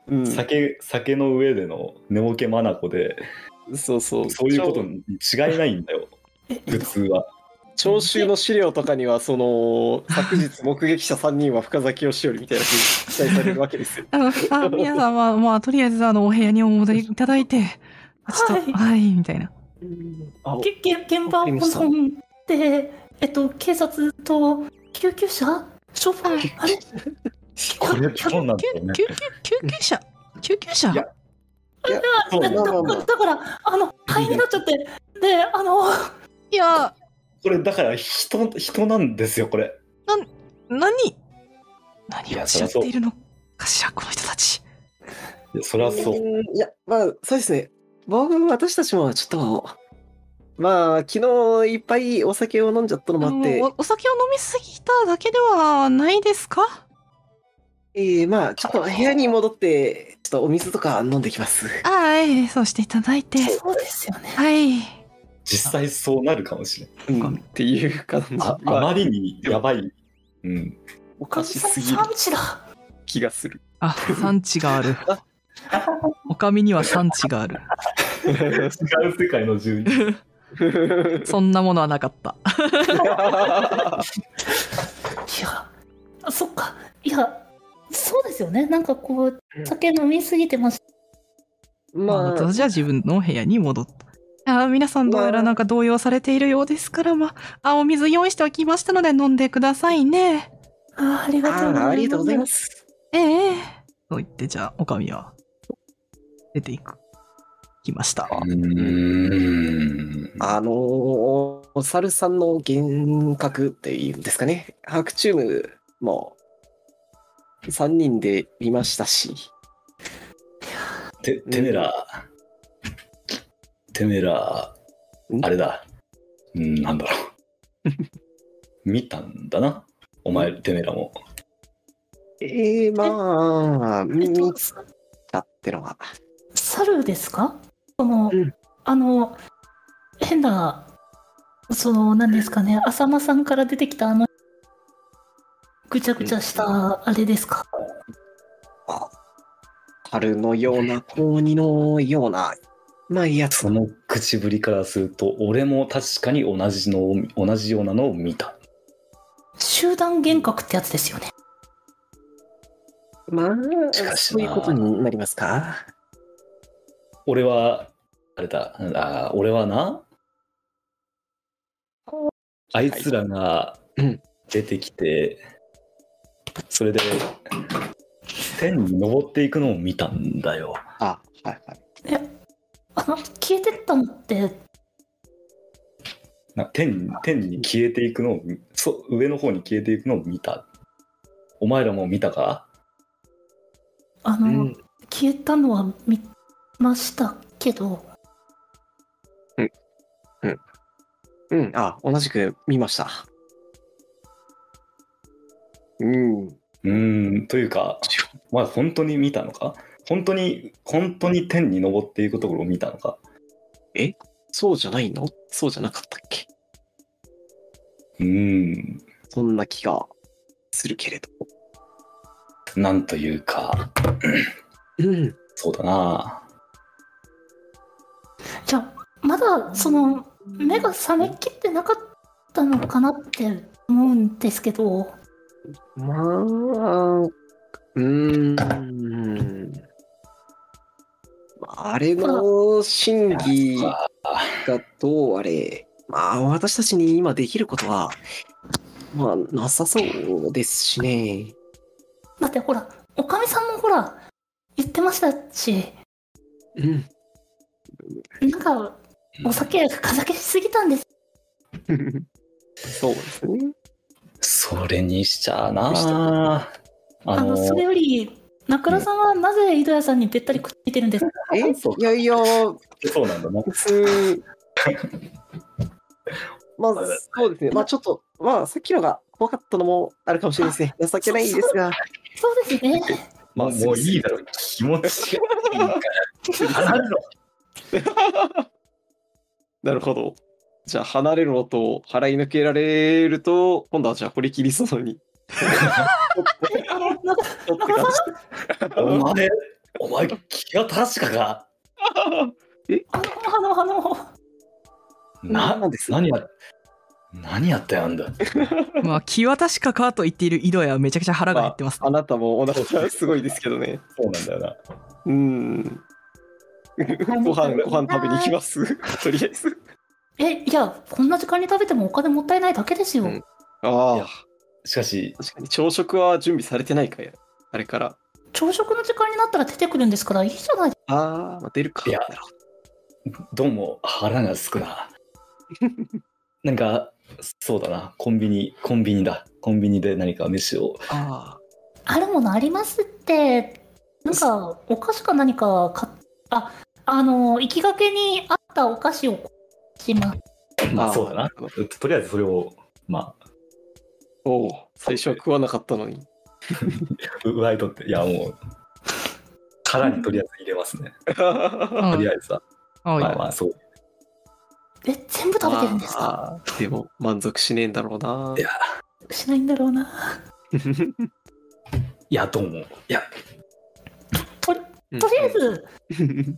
うん、 酒酒の上での寝ぼけ眼で、そうそう。そういうことに違いないんだ よ、普通は。聴衆の資料とかには、その、昨日目撃者3人は深酒をしよりみたいなふうに記載されるわけですよあ の、あ皆さんは、まあ、とりあえず、あの、お部屋にお戻りいただいて、ちょっと、はい、みたいな。あけけ現場わかをりました挟んで、えっと、警察と救急車消防あれこれ、そうなんだ救よね。救急、救急車救急車いやそうだなんだまあよまあまだだから、あの、肺になっちゃって、で、あの、いや、これ、だから人、人なんですよ、これ。何何いをおっやしゃそりっゃそうているのかしら、この人たち。いやそりゃそう。んいや、まあ、そうですね。僕、私たちもちょっと、まあ、昨日いっぱいお酒を飲んじゃったのもあって、おお酒を飲みすぎただけではないですかええまあ、ちょっと部屋に戻って、ちょっとお水とか飲んできます。ああ、ええ、そうしていただいて。そうですよね。はい。実際そうなるかもしれない。うんっていう感じああはまりにやばい。うん。おおかかみしさん、すぎる産地だ。気がする。あ、産地があ る。おかみには産地がある。 違う世界の住人。 そんなものはなかった。いや、あそっか。いや、そうですよね。なんかこう、酒飲みすぎてましまあ、まあ、私は自分の部屋に戻った。あー皆さんどうやらなんか動揺されているようですから、まあ、あお水用意しておきましたので飲んでくださいね。た。あーありがとうございます。す。ええと言って、じゃあ、おかみは、出ていく、きました。うん。あのー、お猿さんの幻覚っていうんですかね。白チュームも3人で見ましたし、て、てめら、てめら、んあれだ、うん、なんだろ う。見たんだな、お前、てめらも。ええまあ、えっ見と、つかってのは。猿ですかその、うんあの、変な、その、何ですかね、浅間さんから出てきたあの、ぐちゃぐちゃした、あれですか春のような、高二のような、まあいいやつそ。の口ぶりからすると、俺も確かに同じのを、同じようなのを見た。集団幻覚ってやつですよね。まあ、しかしそなういうことになりますか。俺は、あれだ、あー俺はな、あいつらがうん出てきて、それで、天に登っていくのを見たんだよ。あ、はいはい。あの、消えてったのって、な天天に消えていくのをそ上の方に消えていくのを見たお前らも見たかあうの、ん、消えたのは見ましたけど、うん、あ、同じく見ました。うん、うーんというかお前本当に見たのか本当に本当に天に登っていくところを見たのかそうじゃないのそうじゃなかったっけうーんそんな気がするけれど。なんというかうん、そうだなじゃあ、まだその、目が覚めきってなかったのかなって思うんですけど、まあ、うーん。あれの真偽がどうあれ、まあ私たちに今できることは、まあなさそうですしね。だってほら、おかみさんもほら、言ってましたし、うん。なんか、お酒、深酒しすぎたんです。そうですね。それにしちゃあなでしたああ の、それより、中田さんはなぜ井戸屋さんにべったりくっついてるんですかえいそうかやいや、そうなんだな別に。まあ、そうですね。まあ、ちょっと、まあ、さっきのが怖かったのもあるかもしれないですね。情けないですが。そうですね。もうもういいだろ気持ちがいいから離れろなるほど。じゃあ、離れろと払い抜けられると、今度はじゃあ、これ切りそうに。あの、中田ちょっと感お前お前気が正しかかあの、あの、あななんです何や何やってやんだ まあ、気は確かかと言っている井戸谷はめちゃくちゃ腹が減ってます、あなたもお腹すごいですけどね。そうなんだよなうん。ご飯、ご飯食べに行きます。とりあえず。の、え、いや、こんな時間に食べてもお金もったいないだけですよ。うんあいや。しかし確かに朝食は準備されてないかや。あれから。朝食の時間になったら出てくるんですからいいじゃないあーまあ、出るか。いやどうも腹がすく ななんかそうだなコンビニコンビニだコンビニで何か飯をああるものありますってなんかお菓子か何か買っああの行きがけにあったお菓子をしますまああそうだなととりあえずそれをまあおおう最初は食わなかったのに。う奪い取っていやもう殻にとりあえず入れますねうんとりあえずははいまあまあそうえ全部食べてるんですかあーでも満足しねえんだろうな。いやしないんだろうないやどうもいやととうんりあえず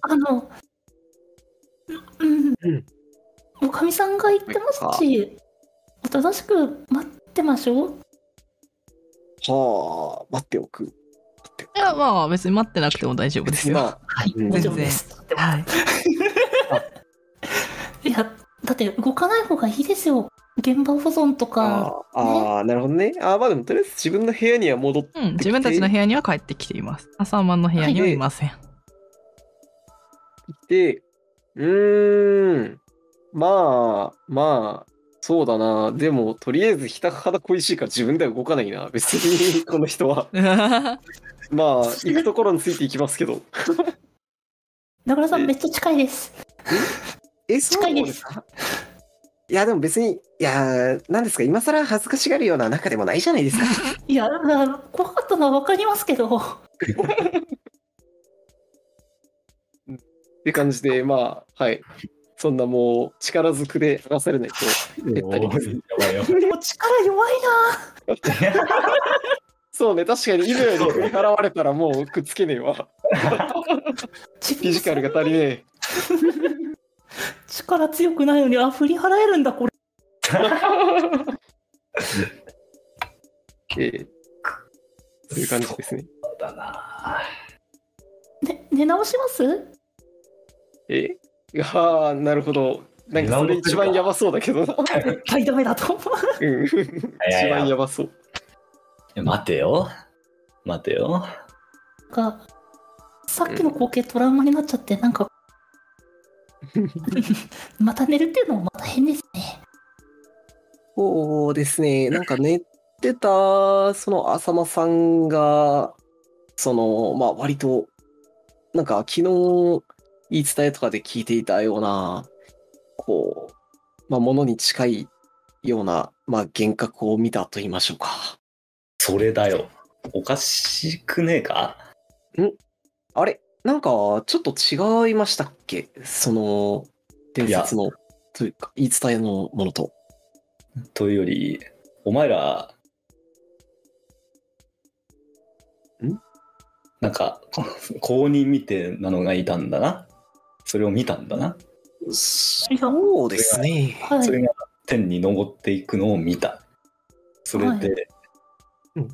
あのうん、うんおかみさんが言ってますしおとなしく待ってましょうはあ、待っておく。いや、まあ、別に待ってなくても大丈夫ですよ。まあ、はいうん大丈夫ですはい。いやだって動かない方がいいですよ現場保存とか、あーあー、なるほどね。あーまあでもとりあえず自分の部屋には戻ってきて、うん、自分たちの部屋には帰ってきています。朝間の部屋にはいません。で、うーん、まあ、まあ、そうだな。でも、とりあえずひたかだ恋しいから自分では動かないな。別に、この人は。まあ、行くところについていきますけど。中村さえんめっちゃ近いです。え、近いですかいや、でも別に、いやー、なんですか、今更恥ずかしがるような中でもないじゃないですか。いや、まあ怖かったのはわかりますけど、って感じで、まあ、はい。そんなもう、力ずくで話されないと。やばいやばいもう力弱いそうね、確かに今より振り払われたらもうくっつけねえわ。な。自フィ分ジカルが足りねえ。力強くないのに、あ、振り払えるんだ、これ。ええという感じですね。そうだなね、寝直しますえああ、なるほど。なんかそれ一番やばそうだけどな。絶対ダメだと思う。うん一いやいや番やばそう。いや待てよ待てよがさっきの光景トラウマになっちゃってなんかまた寝るっていうのもまた変ですねそうですね、なんか寝てた、その浅間さんが、その、まあ割と、なんか昨日言い伝えとかで聞いていたような、こう、まあものに近いような、まあ幻覚を見たと言いましょうか。それだよおかしくねえかあれなんかちょっと違いましたっけその、伝説の、というか言い伝えのものと。というよりお前らんなんかこ公認見てなのがいたんだなそれを見たんだな、そうですね。はそれいが天に昇っていくのを見たそれで、うん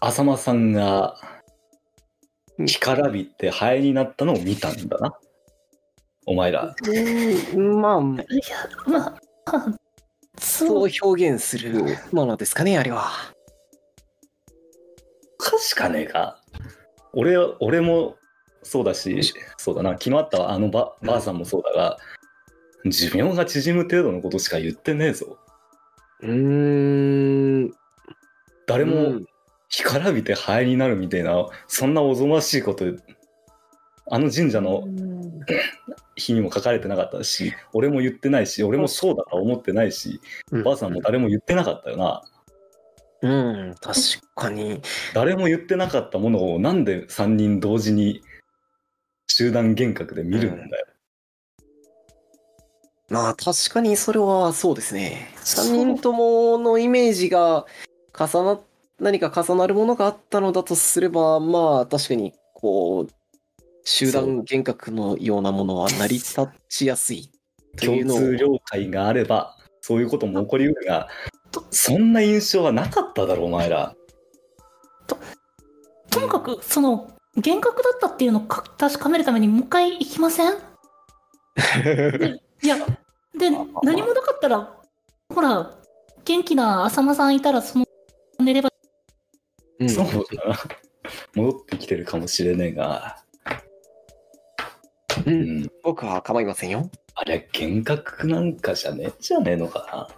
浅間さんが干からびてハエになったのを見たんだなお前らうんまあ、いやまあまあそそうう表現するものですかね、あれは。おかしかねえか俺俺もそうだしそうだな昨日あったあのばばあさんもそうだが、寿命が縮む程度のことしか言ってねえぞうーん。誰うもん干からびてハエになるみたいなそんなおぞましいことあの神社の日にも書かれてなかったし俺も言ってないし俺もそうだとは思ってないしばあさんも誰も言ってなかったよなうん、確かに。誰も言ってなかったものをなんで3人同時に集団幻覚で見るんだよ、まあ、確かにそれはそうですね。3人とものイメージが重な、何か重なるものがあったのだとすれば、まあ、確かに、こう、集団幻覚のようなものは成り立ちやすいという共のを。通了解があればそういうことも起こりうるがとそんな印象はなかっただろお前らともかくその幻覚だったっていうのをか確かめるためにもう一回行きま せんいやでまあまあ何もなかったらほら元気な浅間さんいたらその寝ればうんそうだな戻ってきてるかもしれねえが、う、うんん、僕は構いませんよ。あれ幻覚なんかじゃねえんじゃねえのか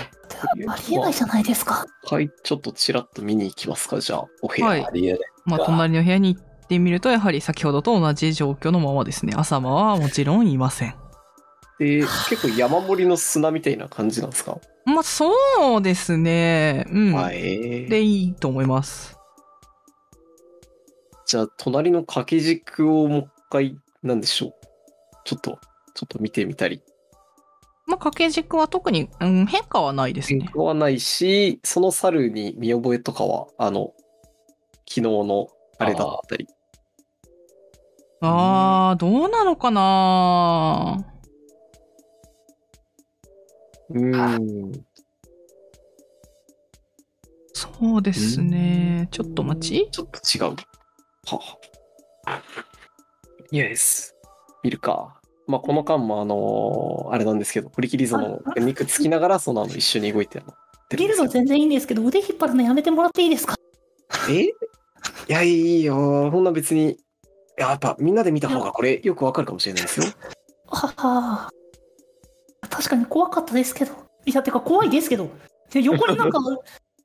ありえないじゃないですかはい、ちょっとちらっと見に行きますか、じゃあ、お部屋。はないあ。りえねまあ、隣の部屋に行ってみると、やはり先ほどと同じ状況のままですね。朝間はもちろんいません。で、結構山盛りの砂みたいな感じなんですか、まあ、そうですね。うん。はい。で、いいと思います。じゃあ、隣の掛け軸をもう一回、なんでしょう。ちょっと、ちょっと見てみたり。まあ、掛け軸は特に、うん、変化はないです変ね。化はないし、その猿に見覚えとかは、あの、昨日のあれだったり。あー、どうなのかなうーん。そうですね。ちょっと待ち。ちょっと違う。はあ。イエス。見るか。まあ、この間も、あのーあれなんですけど、堀切り園の肉つきながら、その、あの一緒に動いてあの出てギるルドんですけ全然いいんですけど、腕引っ張るのやめてもらっていいですかど えいや、いいよ。そんな別に。いや、やっぱ、みんなで見た方がこれ、よくわかるかもしれないですよ。はは確かに怖かったですけど。いや、てか怖いですけど。で横にな んか、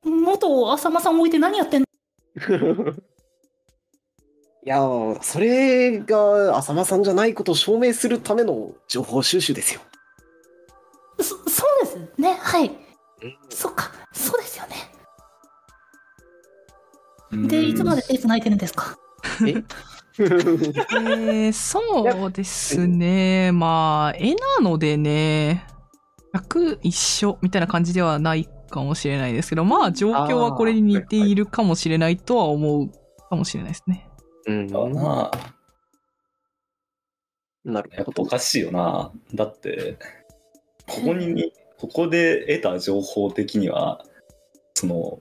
元浅間さん置いて何やってんの いや、それが、浅間さんじゃないことを証明するための情報収集 ですよ。そそうですね、はい。そっか、そうですよね。で、いつまでテープ泣いてるんですかええーそうです ね。まあ、絵なのでね、100一緒みたいな感じではないかもしれないですけど、まあ、状況はこれに似ているかもしれないとは思うかもしれないですね。うん、なまあるやっぱほおど。かしいよな。だって、ここに、ここで得た情報的には、その、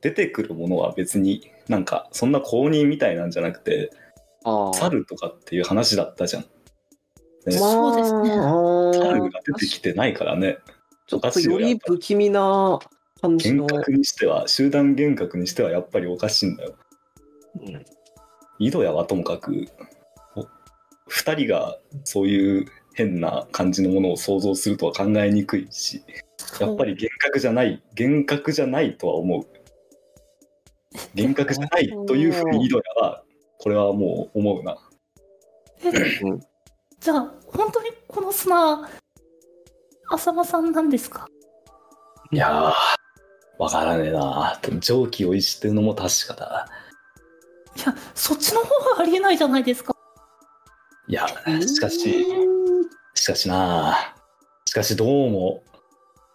出てくるものは別に、なんか、そんな公認みたいなんじゃなくて、あー猿とかっていう話だったじゃん。ねまあそうですねあ猿ーが出てきてないからね。ちょっとより不気味な感じの幻。覚にしては、集団幻覚にしてはやっぱりおかしいんだよ。うん井戸やはともかく、お二人がそういう変な感じのものを想像するとは考えにくいし、やっぱ り幻覚じゃない幻覚じゃないとは思う幻覚じゃないというふうに井戸やはこれはもう思うなじゃあ、本当にこの砂、浅間さんなんですかいやーわからねえなでも蒸気を逸してるのも確かだいや、そっちの方がありえないじゃないですか。いやしかししかしなしかしどうも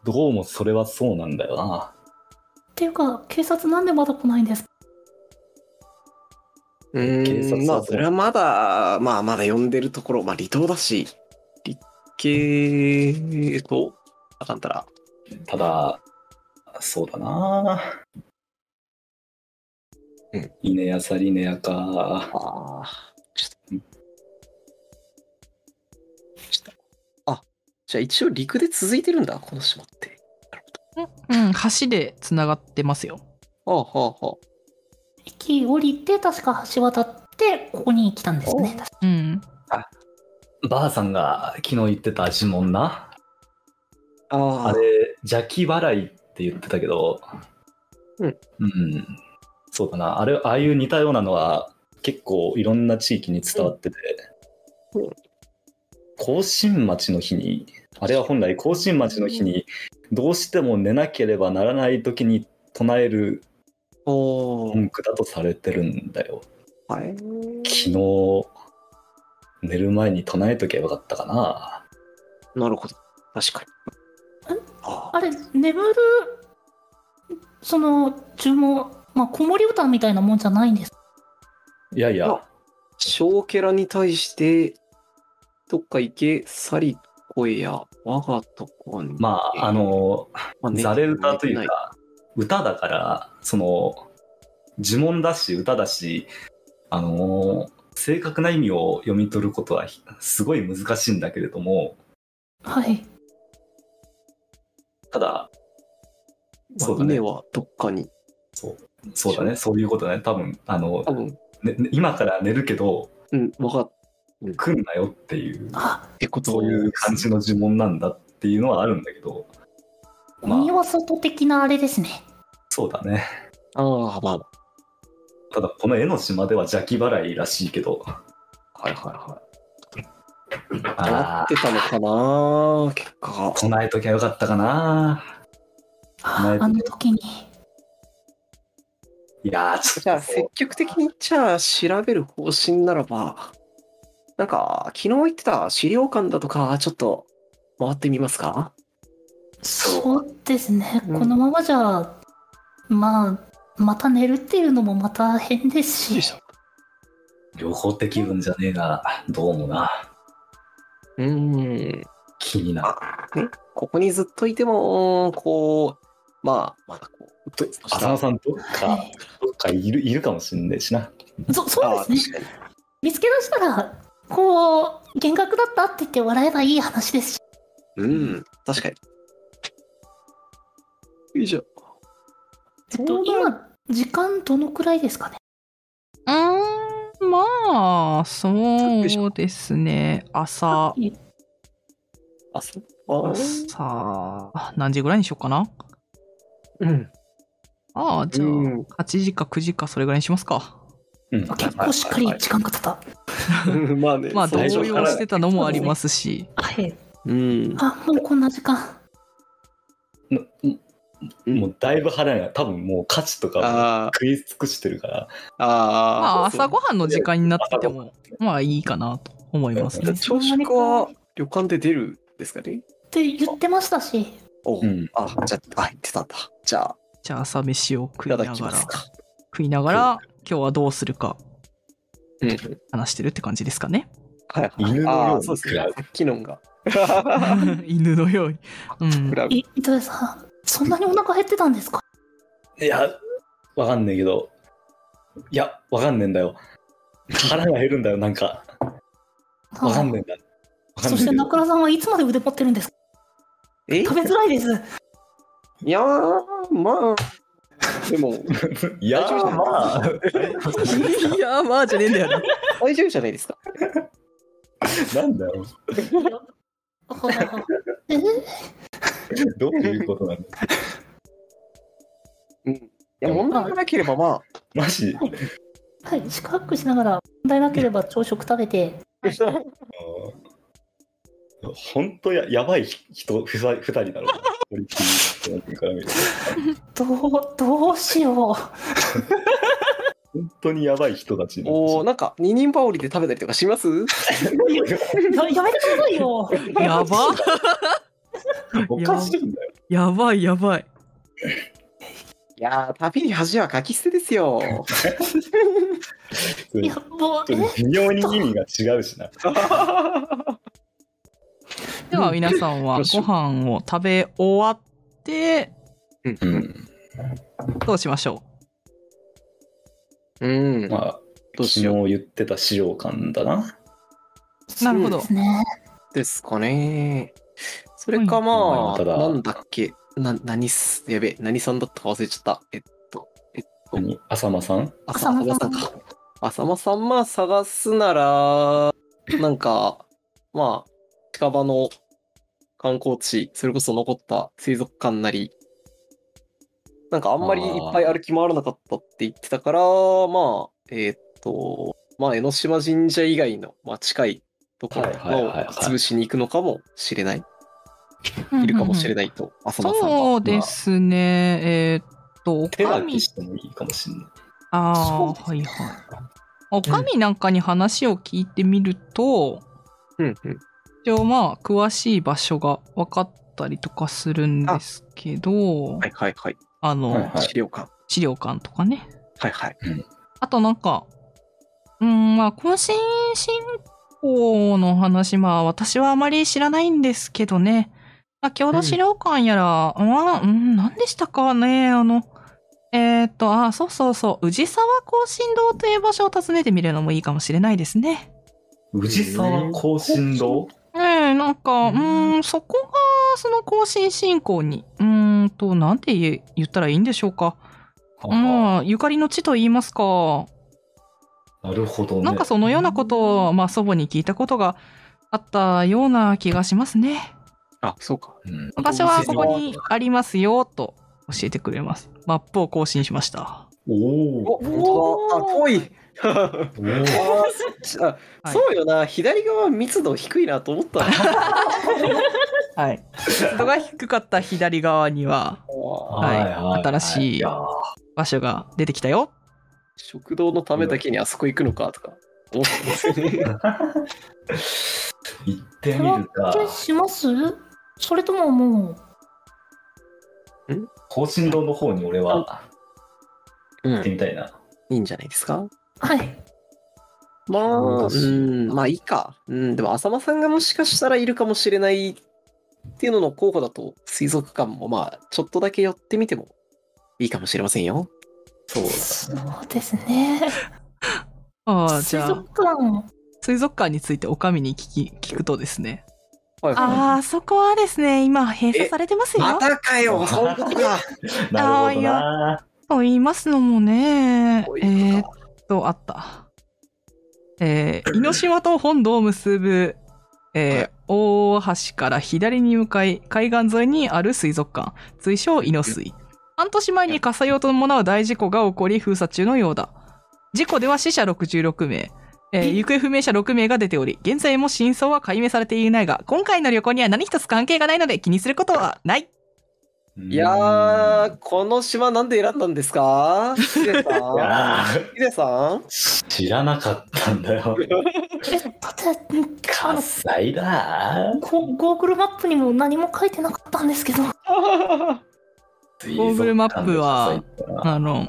どうもそれはそうなんだよなっていうか、警察なんでまだ来ないんですかうーん警察まはあそれはまだまあまだ呼んでるところまあ離島だし立系とあかんたらただそうだなうん稲やさりねやかああちょっとちょっとあじゃあ一応陸で続いてるんだこの島ってうん、橋でつながってますよ。ああはあは駅降りて、確か橋渡って、ここに来たんですね。確かうん。ばあさんが昨日言ってた呪文なあああれ邪気払いって言ってたけどうん、うんそうだなあれああいう似たようなのは結構いろんな地域に伝わってて、うんうん甲信町の日にあれは本来甲信町の日にどうしても寝なければならない時に唱えるおー文句だとされてるんだよはい昨日寝る前に唱えときゃよかったかななるほど確かにああれ、眠る、その、注文、まあ、子守歌みたいなもんじゃないんですかいやいやあ小キャラに対して、どっか行け、去り、声や、我がとこに。まああ、のまあざれ歌という。か歌だからその呪文だし歌だしあの正確な意味を読み取ることはひすごい難しいんだけれどもはい。ただそそううだねはどっかに。そうだねそういうことだね多分あの多、分、ねね今から寝るけどうん、我がっ来んなよっていうあ、てことそういう感じの呪文なんだっていうのはあるんだけどま鬼あは外的なあれですね。そうだねああ、まあ、ただこの絵の島では邪気払いらしいけどはいはいはい。なあっーてたのかな、結果が。唱えときゃよかったかなああの時に。いやーちょっとじゃあ、積極的に、じゃあ、調べる方針ならば、なんか、昨日言ってた資料館だとか、ちょっと、回ってみますかそそうですね、うんこのままじゃ、まあ、また寝るっていうのもまた変ですし、両方的分じゃねえなどうもなうーん。気になるここにずっといても、こう、まあ、まだこう、うっと浅野さんどっはかいどっかいるいるかもしんねえしなそそうですね、ね。見つけ出したらこう、幻覚だったって言って笑えばいい話ですし。うん、確かに。よいしょ。えっと、今、時間どのくらいですかねうーん、まあ、そうですね。朝、あ、そっか。朝、何時ぐらいにしようかなうん。ああ、じゃあ、うん8時か9時かそれぐらいにしますか。うんあ結構しっかり時間が経った。 まあね、まあ、動最大初丈夫か揺らしてたのもありますし。はい。うん。あ、もうこんな時間。なもうだいぶ腹が多分もう価値とかあ食い尽くしてるからあ、ああ。まあ、朝ごはんの時間になってても、まあいいかなと思いますね。朝食は旅館で出るんですかねって言ってましたし、おう、うんあ、じゃあ、あ、言ってたんだ。じゃあ、じゃあ、朝飯を食いいなたがだら、きます食か。いながら、今日はどうするかうん。話してるって感じですか ね。はいはい。犬のあよあ、うそうにです食ねらう。さっきのんが。犬のように。うんク。ラブい糸谷さん、そんなにお腹減ってたんですかいやわかんねえけどいやわかんねえんだよ腹が減るんだよなんかわかんねえんだわかんねそえけしてど中田さんはいつまで腕持ってるんですかえ食べづらいです。いやー、まあ、でも、いや大丈夫じゃないまあい やまあじゃねえんだよね。大丈夫じゃないですか。 なんだよほらほらえどういうことなんだうん。いや、問題がなければ、まマジ はい、四苦八苦しながら問題なければ朝食食べて、あ、本当ややばい人ふさ二人だろうな。オリティ君から見るとどう、どうしよう。本当にやばい人たちになってしおまーうなんか、二人羽織で食べたりとかします ややめてくださいよ。 やばおかしいんだよ。やばいやばい。いやー、旅に恥はかき捨てですよ。それいや、もう、ちょっと微妙に意味が違うしな。では皆さんはご飯を食べ終わってうん。どうしましょうん。まあ、どうしよう昨日言ってた資料館だな。う。なるほえどで。すね。ですかね。それかまはあ、いなんだっけ、な、何す、やべえ、何さんだったか忘れちゃった。えっと、えっと、何浅間さん浅間間ささんんか。浅間さん、まあ探すなら、なんか、まあ、近場の観光地、それこそ残った水族館なり、なんかあんまりいっぱい歩き回らなかったって言ってたから、まあ、えーっと、まあ、江ノ島神社以外の、まあ、近いところはいはいをはいはい潰しに行くのかもしれない。いるかもしれないと、浅間さんそは。うですね。えーっと、お手か分みけ、してもいいかもしんない。ああ、そはいはい。おかみなんかに話を聞いてみると、うんうん。一応まあ、詳しい場所が分かったりとかするんですけど、はいはいはい。あの、はい資料館。資料館とかね。はいはい。あとなんか、うん、まあ、懇親信仰の話、まあ、私はあまり知らないんですけどね。まあ、郷土資料館やら、うん、うん、何でしたかね、あの、えーっと、あ、そうそうそう、宇治沢更新堂という場所を訪ねてみるのもいいかもしれないですね。氏沢更新堂ええなんか、うーん、そこが、その更新信仰に、うーんと、なんて言え言ったらいいんでしょうか。まあ、ゆかりの地と言いますか。なるほどね。なんかそのようなことを、まあ、祖母に聞いたことがあったような気がしますね。あ、そうか。うん私はここにありますよ、と教えてくれます。マップを更新しました。おお、お。本当だ。あ、遠い。おーあーそあはいそうよな左側密度低いなと思ったなはい。人が低かった左側には、はい新しいやー場所が出てきたよ。食堂のためだけにあそこ行くのかとか思ったんですよね行ってみるか。これしますそれとももう、更新堂の方に俺はう行ってんみたいな。いいんじゃないですかはい。まあ難うしいんまあいいかうんでも浅間さんがもしかしたらいるかもしれないっていうのの候補だと水族館もまあちょっとだけ寄ってみてもいいかもしれませんよそうそうですね。ああ、じ水ゃあ族、館、水族館についてお上に聞き、聞くとですね。はいはああ、そこはですね、今閉鎖鎖されてますい。よ。またかよ、そういうことか。なあーるほいどな。と言いますのもねそう、えいうー、っことかと、あった。えー、猪島と本土を結ぶ、えー大橋から左に向かい、海岸沿いにある水族館、通称猪水。半年前に火災を伴う大事故が起こり、封鎖中のようだ。事故では死者66名、えーえ行方不明者6名が出ており、現在も真相は解明されていないが、今回の旅行には何一つ関係がないので気にすることはない。いやー、この島なんで選んだんですかヒデさいんやヒデさんー知らなかったんだよ。え、だって、んあ火の、災だー。ゴゴーグルマップにも何も書いてなかったんですけど。 ゴーグルマップは水族館の火災だな。あの、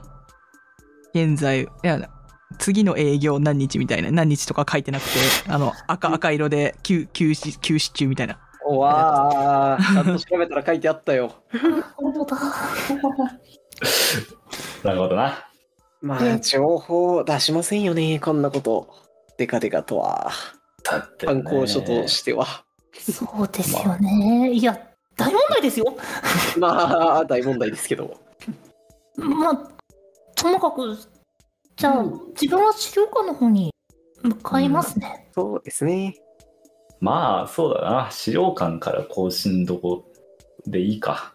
現在、いや、次の営業何日みたいな、何日とか書いてなく て、あの、赤、赤色で休、休止、休止中みたいな。わー、ちゃんと調べたら書いてあったよ。本当だ。なるほどな。まうあ、ん情報出しませんよね、こんなこと。デカデカとは。だって観ね光所としては。そうですよね。いや、大問題ですよ。まあ、大問題ですけど。まあ、ともかく、じゃあ、う自分は資料館の方に向かいますね。そうですね。まあそうだな資料館から更新どこでいいか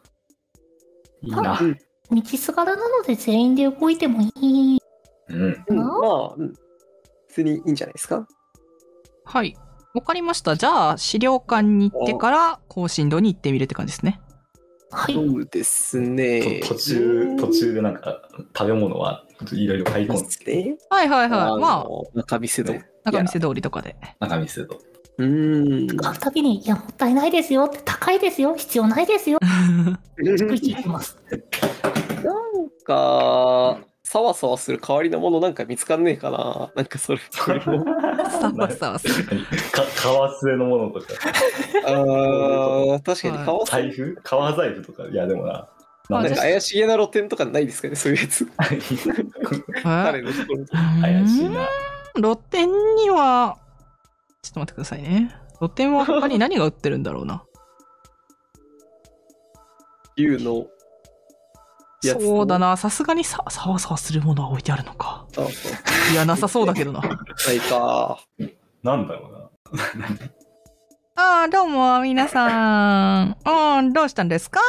いいなうん道すがらなので全員で動いてもいい。うんうんなまあ、うん普通にいいんじゃないですか。はい。わかりました。じゃあ、資料館に行ってから、更新度に行ってみるって感じですね。はい。そうですとね。途中途中でなんか食べ物はいろいろ買いそう込んでですね。はいはいあはい。まあ、の中見せと。うなんか店通りと かで。中見せるとーん。買うたびに、いや、もったいないですよって、高いですよ、必要ないですよ、って言ってます。なんか、さわさわする代わりのものなんか見つかんねえかな。なんか それ、それも。サワサワする。何 か革製のものとかあー確かにはいかわさ財布革財布とかいやでもなななんんかで怪しげな露店とかないですかね、そういうやつ。え彼のところとか怪しいうなーん露店には、ちょっと待ってくださいね。露店は他に何が売ってるんだろうな。竜のやつとそうだ。な。さすがにさ、サワサワするものは置いてあるのか。あそういや、なさそうだけどな。ないか。なんだろああ、どうも、皆さん。うん、どうしたんですか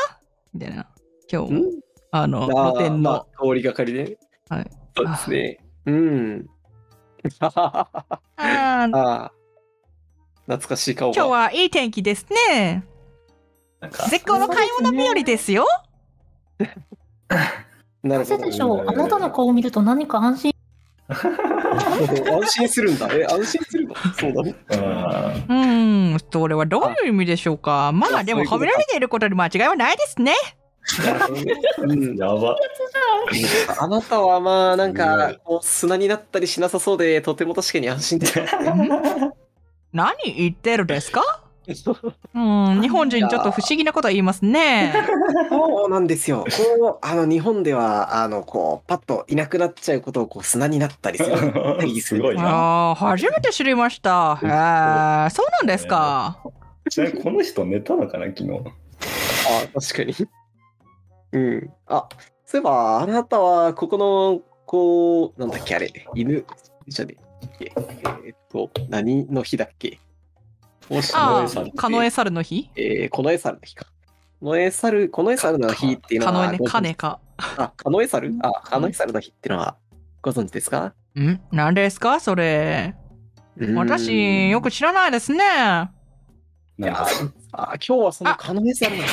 みたいな。今ん日、あの、まあ露店まのあ、通りがかりで。はい。そうですね。うん。ああー今あ。懐かしい顔日が。はいい天気ですね。うななんか絶好の買い物日和ですよ。なるなほぜどで。しょう、あなたの顔を見ると何か安心。安心するんだ。え、安心するのそう だね。うんうーん、それはどういう意味でしょうか。まあ、あでもそ褒ういうことめかられていることに間違いはないですね。なるほどねうんやばあなたはまあなんうかんこう砂になったりしなさそうでとても確かに安心で何言ってるですかう ーん、日本人ちょっと不思議なこと言いますね。そうなんですよ。こうあの日本ではあのこうパッといなくなっちゃうことをこう砂になったりす る。すごいなああ、初めて知りました。へえ、そうなんですか。ちなみにこの人寝たのかな昨日あ確かに。うん。あそういえばあなたはここのこうなんだっけあれ犬じゃねええーっと何の日だっけあカノエサルあ、カノエサルの日えー、このエサルの日か。このエサル、このエサルの日っていうのカは、ノエね、ご存知カネか。あ、カノエサルあ、カノエサルの日っていうのはご存知ですかん何ですかそれ。私、よく知らないですね。いなんやかさあ、今日はそのカノエサルの日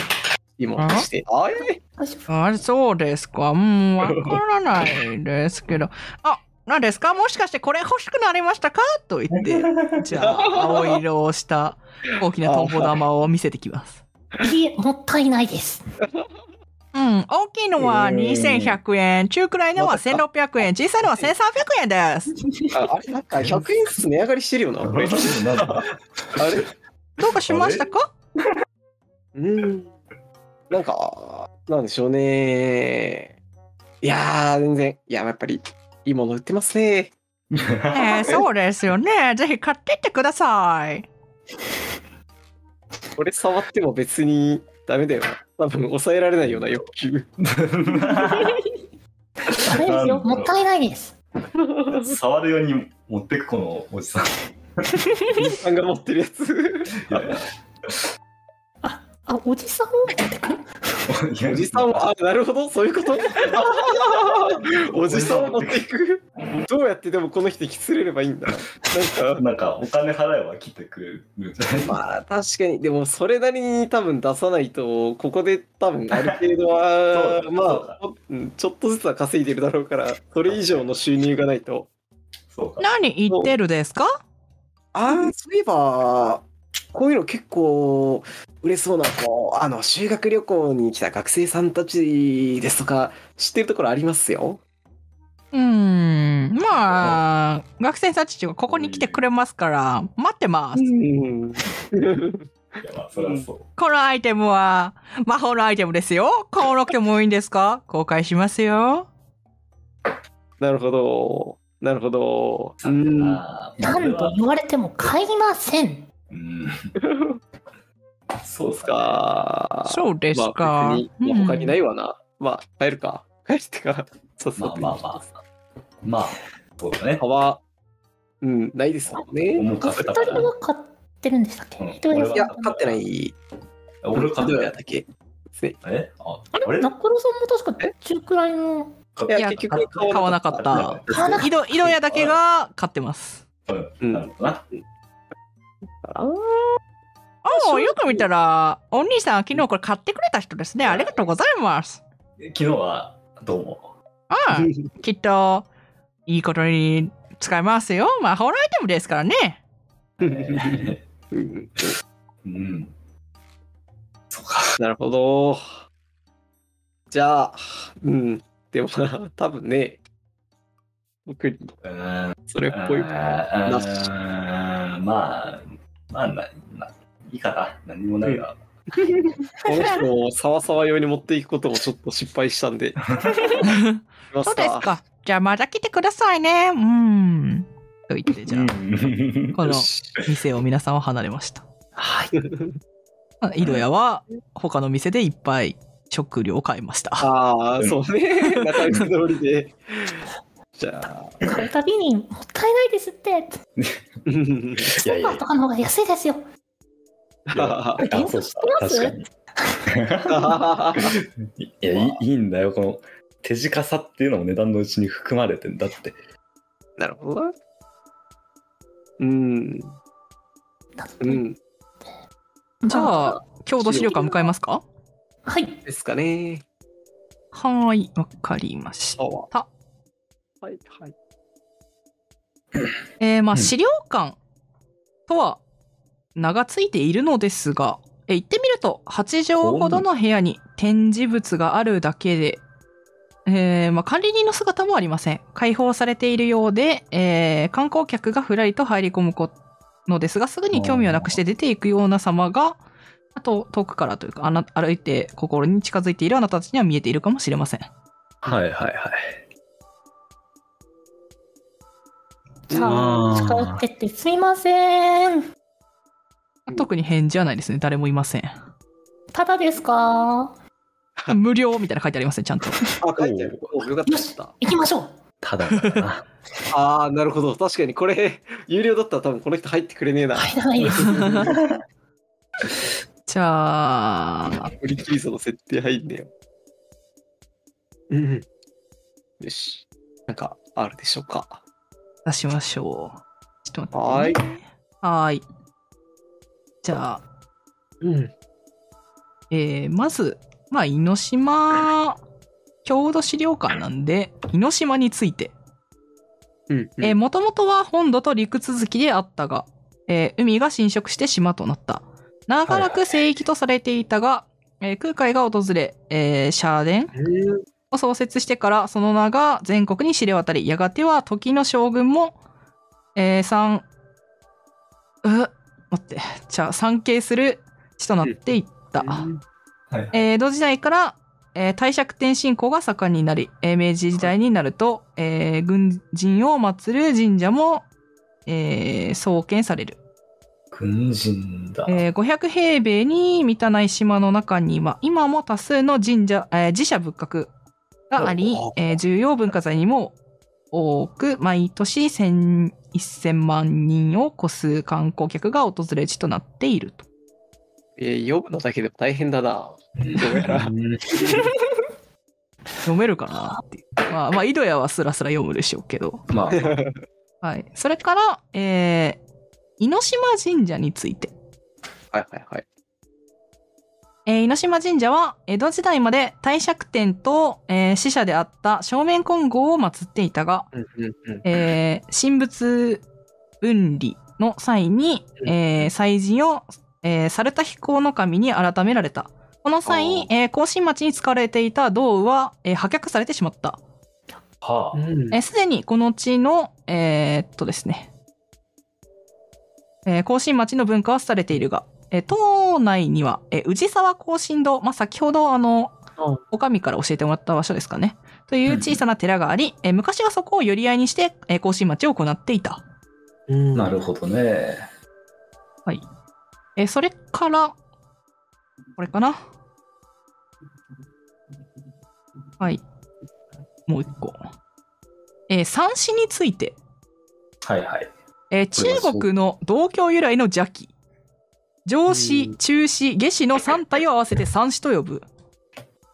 今あして、あえ大丈夫あそうですか。うん、わからないですけど。あ、何ですかもしかしてこれ欲しくなりましたかと言って、じゃあ、青色をした大きなトンボ玉を見せてきます。いいえ、もったいないです。うん、大きいのは2100円、中くらいのは1600円、小さいのは1300円です。ああれなんか100円ずつ値上がりしてるよな、これ。なんだあれどうかしましたかうん。なんか、なんでしょうね。いやー、全然。いや、やっぱり、いいもの売ってますね。えー、そうですよね。ぜひ買ってってください。これ触っても別にダメだよな。多分抑えられないような欲求。あれですよ、もったいないです。触るように持ってくこのおじさん。さんが持ってるやつ。いやいやあ、あ、おじさんを持ってくるおじさんは、あ、なるほど、そういうことおじさんを持っていく。どうやってでもこの人引き連れればいいんだ。なんか、なんかお金払えば来てくれるんじゃないまあ確かに、でもそれなりに多分出さないと、ここで多分ある程度 はそう、だまあ、うんちょっとずつは稼いでるだろうから、それ以上の収入がないと。そうか。何言ってるですかあーそういえばこういうの結構売れそうなこうあの修学旅行に来た学生さんたちですとか知ってるところありますようーん。まあ、学生さんたちがここに来てくれますから、待ってます。んいやまあそれはそう。このアイテムは、魔法のアイテムですよ。買わなくてもいいんですか公開しますよ。なるほどなるほどうさてんな何度言われても買いません。うん。そそううっっすすか。かそうですかまあ、別にまあ他になういわな、まあ帰るか帰るってかそうそうまあまあまあ。まあ、そうだね。幅うんないですもんね重かおっ二た人から。は買ってるんでしたっけうん一人です俺いや買ってない俺買っどうたややっ。たっけですねえあああれれナッコロさんも確か中くらいの。買いいやや結局買買わわななかかっったた。買わなか井戸、井戸屋だけが買ってます。うん。なるほどな。あーああ、よく見たら、お兄さん昨日これ買ってくれた人ですね。ありがとうございます。昨日は、どうも。ああ、きっと、いいことに使えますよ。魔法のアイテムですからね。えうんーうん。なるほど。じゃあ、うん、でもな、多分ね、特にうんそれっぽい。なしあーまあ、まあな、ないいかな。何もないが。この人をさわさわ用に持っていくこともちょっと失敗したんで。そそうです。か。じゃあまた来てくださいね。うん。と言って、じゃあ、うんこよのし店を皆さんは離れました。はい。あ井戸屋は、他の店でいっぱい食料を買いました。ああ、うんそうね。 仲良く通りで。 じゃあ、買うたびにもったいないですって。うんいやい今やとかの方が安いですよ。いやえあそうした知って確かに。いや、いいいいんだよ。この手近さっていうのも値段のうちに含まれてんだって。なるほどな。うん、うん、じゃあ、郷土資料館向かいますかはい。ですかね。はーい、わかりました。そうたはい、はい。えー、まあ、うん資料館とは名がついているのですが、えー行ってみると8畳ほどの部屋に展示物があるだけで、えーまあ、管理人の姿もありません。開放されているようで、えー観光客がふらりと入り込むこのですが、すぐに興味をなくして出ていくような様が、あと遠くからというか、あな歩いて心に近づいているあなたたちには見えているかもしれません。はいはいはい。じゃうあ、ん近寄ってってすみません。特に返事はないですね。誰もいませ ん。ただですか無料みたいな書いてありますね、ちゃんと。あ、書いてある。およかったよかった。行きましょう。ただだな。ああ、なるほど。確かにこれ、有料だったら多分この人入ってくれねえな。 入ら ないです。じゃあ、売り切りその設定入んねよ。うん。よし。なんか、あるでしょうか。出しましょう。ちょっとは待っーいて、。ね。はーい。じゃあ、うん。えー、まず、まあ、猪島、郷土資料館なんで、猪島について。うん。えー、もともとは本土と陸続きであったが、えー海が侵食して島となった。長らく聖域とされていたが、えー空海が訪れ、えー、シャーデンうんを創設してからその名が全国に知れ渡りやがては時の将軍も、えー、三う待ってじゃあ参詣する地となっていった、うん はい。えー江戸時代から、ええー、帝釈天信仰が盛んになり、えー明治時代になると、えー軍人を祀る神社も、えー創建される。軍人だ。えー500平米に満たない島の中には今も多数の神社、えー寺社仏閣がありお、えー重要文化財にも多く毎年1000 1000万人を超す観光客が訪れる地となっていると。えー読むのだけでも大変だな。読めるかなっていう。まあ、まあ、井戸屋はスラスラ読むでしょうけど。まあ、はい。それから、えー、猪島神社について。はいはいはい。えー猪島神社は江戸時代まで帝釈天と、えー死者であった正面金剛を祀っていたが、うんうんうん。えー神仏分離の際に、えー祭神を、えー、猿田彦の神に改められた。この際あ、えー、甲信町に使われていた道具は、えー破却されてしまった。はあ、うんえーすでにこの地の、えーっとですね、えー、甲信町の文化は廃れているが、えー島内には、えー宇治沢甲信堂、まあ、先ほどあのうん、おかみから教えてもらった場所ですかね。という小さな寺があり、えー昔はそこを寄り合いにして、えー、甲信町を行っていた。うんなるほどね。はい。えーそれから、これかなはい。もう一個。えー三子について。はいはい。えーこれはそう中国の道教由来の邪気上う司ん中司下司の3体を合わせて三子と呼ぶ、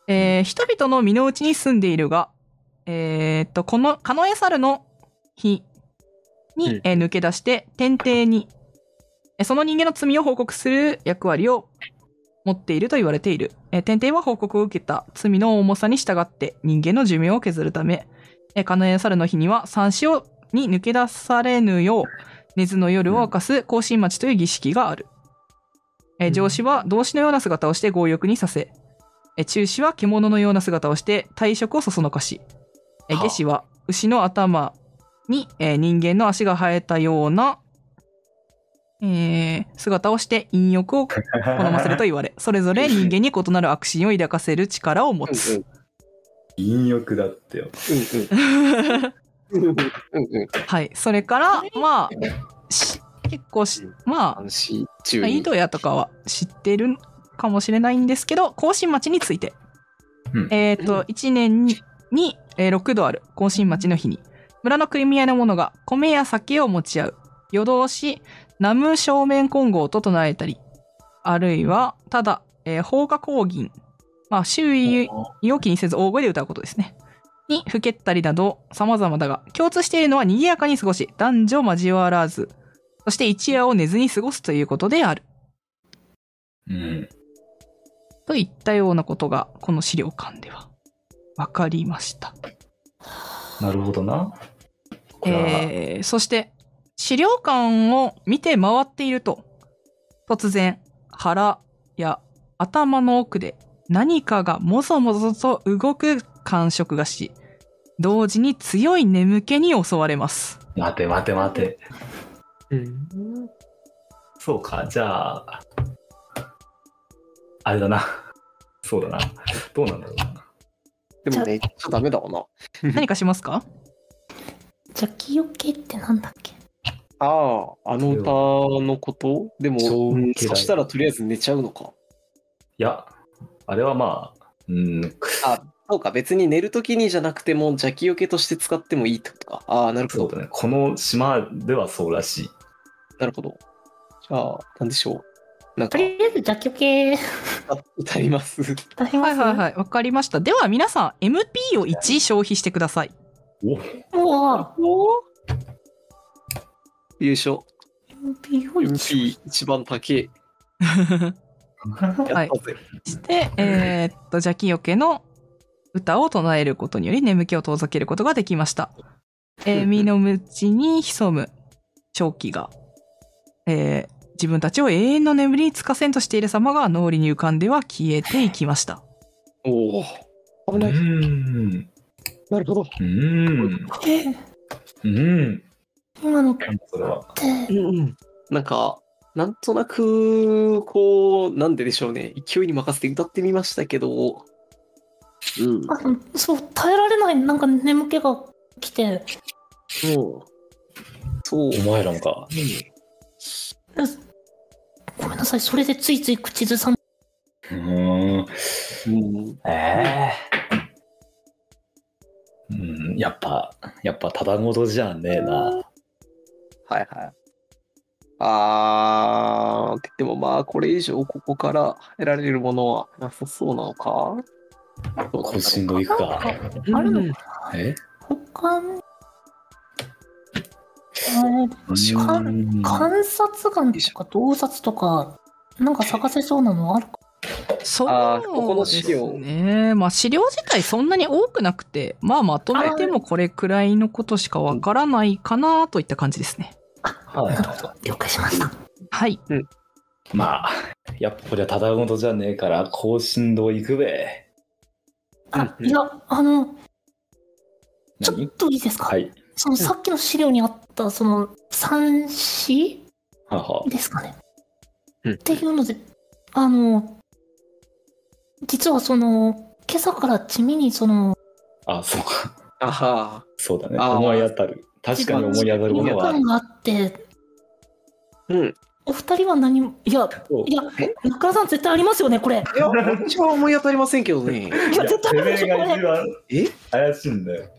えー人々の身の内に住んでいるがえーっとこのカノエサルの日うんに、えー抜け出して天帝にえーその人間の罪を報告する役割を持っていると言われている、えー天帝は報告を受けた罪の重さに従って人間の寿命を削るため、えー、カノエサルの日には三子をに抜け出されぬよう根津の夜を明かす甲信町という儀式がある、えー上司は動詞のような姿をして強欲にさせ、えー中司は獣のような姿をして体色をそそのかし、えーはあ下司は牛の頭に、えー人間の足が生えたような、えー姿をして陰欲を好ませると言われ、それぞれ人間に異なる悪心を抱かせる力を持つ。陰欲だってよ。うんうんうんうんうんうん。はい。それから、まあ、し結構し、ま安心中あ、に井戸屋とかは知ってるかもしれないんですけど、甲信町について。うんえっ、うと、1年にに、えー6度ある甲信町の日に、村の組合の者が米や酒を持ち合う、夜通し、南無正面金剛と唱えたり、あるいは、ただ、えー、放火抗銀、まあ、周囲を気にせず大声で歌うことですね。に、ふけったりなど、様々だが、共通しているのは賑やかに過ごし、男女交わらず、そして一夜を寝ずに過ごすということである。うん。といったようなことが、この資料館では、わかりました。なるほどな。これは、えーそして、資料館を見て回っていると、突然、腹や頭の奥で何かがもぞもぞと動く感触がし、同時に強い眠気に襲われます。待て待て待て。うんそうか、じゃあ、あれだな。そうだな。どうなんだろうな。でもね、ちょっとダメだわな。 何かしますか邪気よけってなんだっけああ、あの歌のことでも、そううん嫌いそしたらとりあえず寝ちゃうのか。いや、あれはまあ、うん、あ、そうか、別に寝るときにじゃなくても、邪気よけとして使ってもいいってことか。ああ、なるほそうど。だね。この島ではそうらしい。なるほど。じゃあ、なんでしょう。なんとか、りあえず邪気よけ歌います。出しはまいすはいはい、わかりました。では皆さん、MP を1消費してください。おい。うわ優勝。 MP を MP 一番高い。やはっいたぜ。して、えーっと、邪気よけの歌を唱えることにより眠気を遠ざけることができました。えー身の内に潜む正気が、えー自分たちを永遠の眠りにつかせんとしている様が脳裏に浮かんでは消えていきました。おお。う危ない。ん。なるほど。うん。えうん。今のってなんだそれは。うんうん。なんか、なんとなく、こう、なんででしょうね。勢いに任せて歌ってみましたけど、うん。あのそう、耐えられない、なんか眠気が来て、そう。そう。お前らもか。ごめんなさい、それでついつい口ずさん、うーん。うん。ええうん、やっぱ、やっぱただごとじゃねえな。はいはい。あー、って言ってもまあ、これ以上ここから得られるものはなさそうなのか更新後行くか。あるのうんえ他に、えーかうん観察眼とか洞察とか、なんか探せそうなのあるかそうあーここの資料ですね。まあ資料自体そんなに多くなくて、まあまとめてもこれくらいのことしかわからないかなといった感じですね。はいなるほど、了解しました。はい。まあ、やっぱこりゃただごとじゃねえから、更新堂行くべ。あ、うんいや、あの、ちょっ何といいですか、はい。そのさっきの資料にあった、その、三子はは。ですかね。うんっていうので、あの、実はその、今朝から地味にその、あ、そうか。あはそうだね。あー思い当たる。確かに思い当たるものはある違和感。があって、ー。うん。いお二人は何も、いや、いやえ、中田さん絶対ありますよね、これ。や、こっちは思い当たりませんけどね。いや、絶対あるでしょ、てめえがこ一れ。番え怪しいんだよ。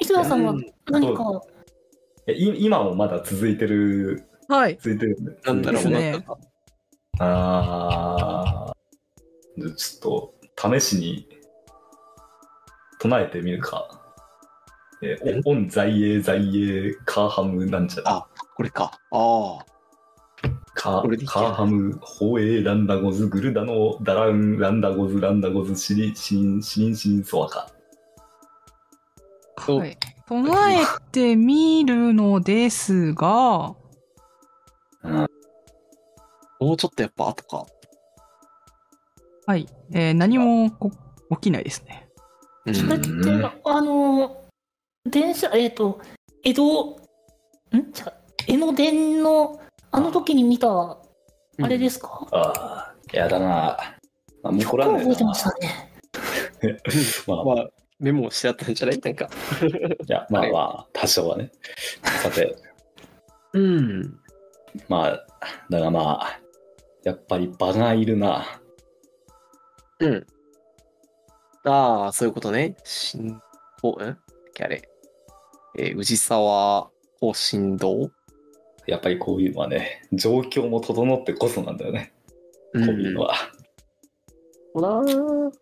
磯田さんはうん何か、えい今もまだ続いてる、はい。続いてるんだよなんだろでうすな。ねあーじゃあちょっと試しに唱えてみるか。えー、オン在英在英カーハムなんちゃらあこれか。ああ。カこれでいーけるカーハムホーエーランダゴズグルダノダランランダゴズランダゴズシリシリンシリンシリンソワカそうはい、唱えてみるのですが、もうちょっとやっぱ後か。はい。えー何もこ起きないですね。うんそれってうん、あの、電車、えっ、と、江戸、ん違う、江ノ電の、あの時に見た、あれですか、ああやだなあもうこれよはくね覚えてましたね。まあまあ、メモしてあったんじゃないなんか。いやまあまあ多少はねさてうん。まあだがまあやっぱり場がいるなうん。ああ、そういうことね。新、こう、んキャレ。えー、宇治沢、方針堂。やっぱりこういうのはね、状況も整ってこそなんだよね、うこういうのは。ほらー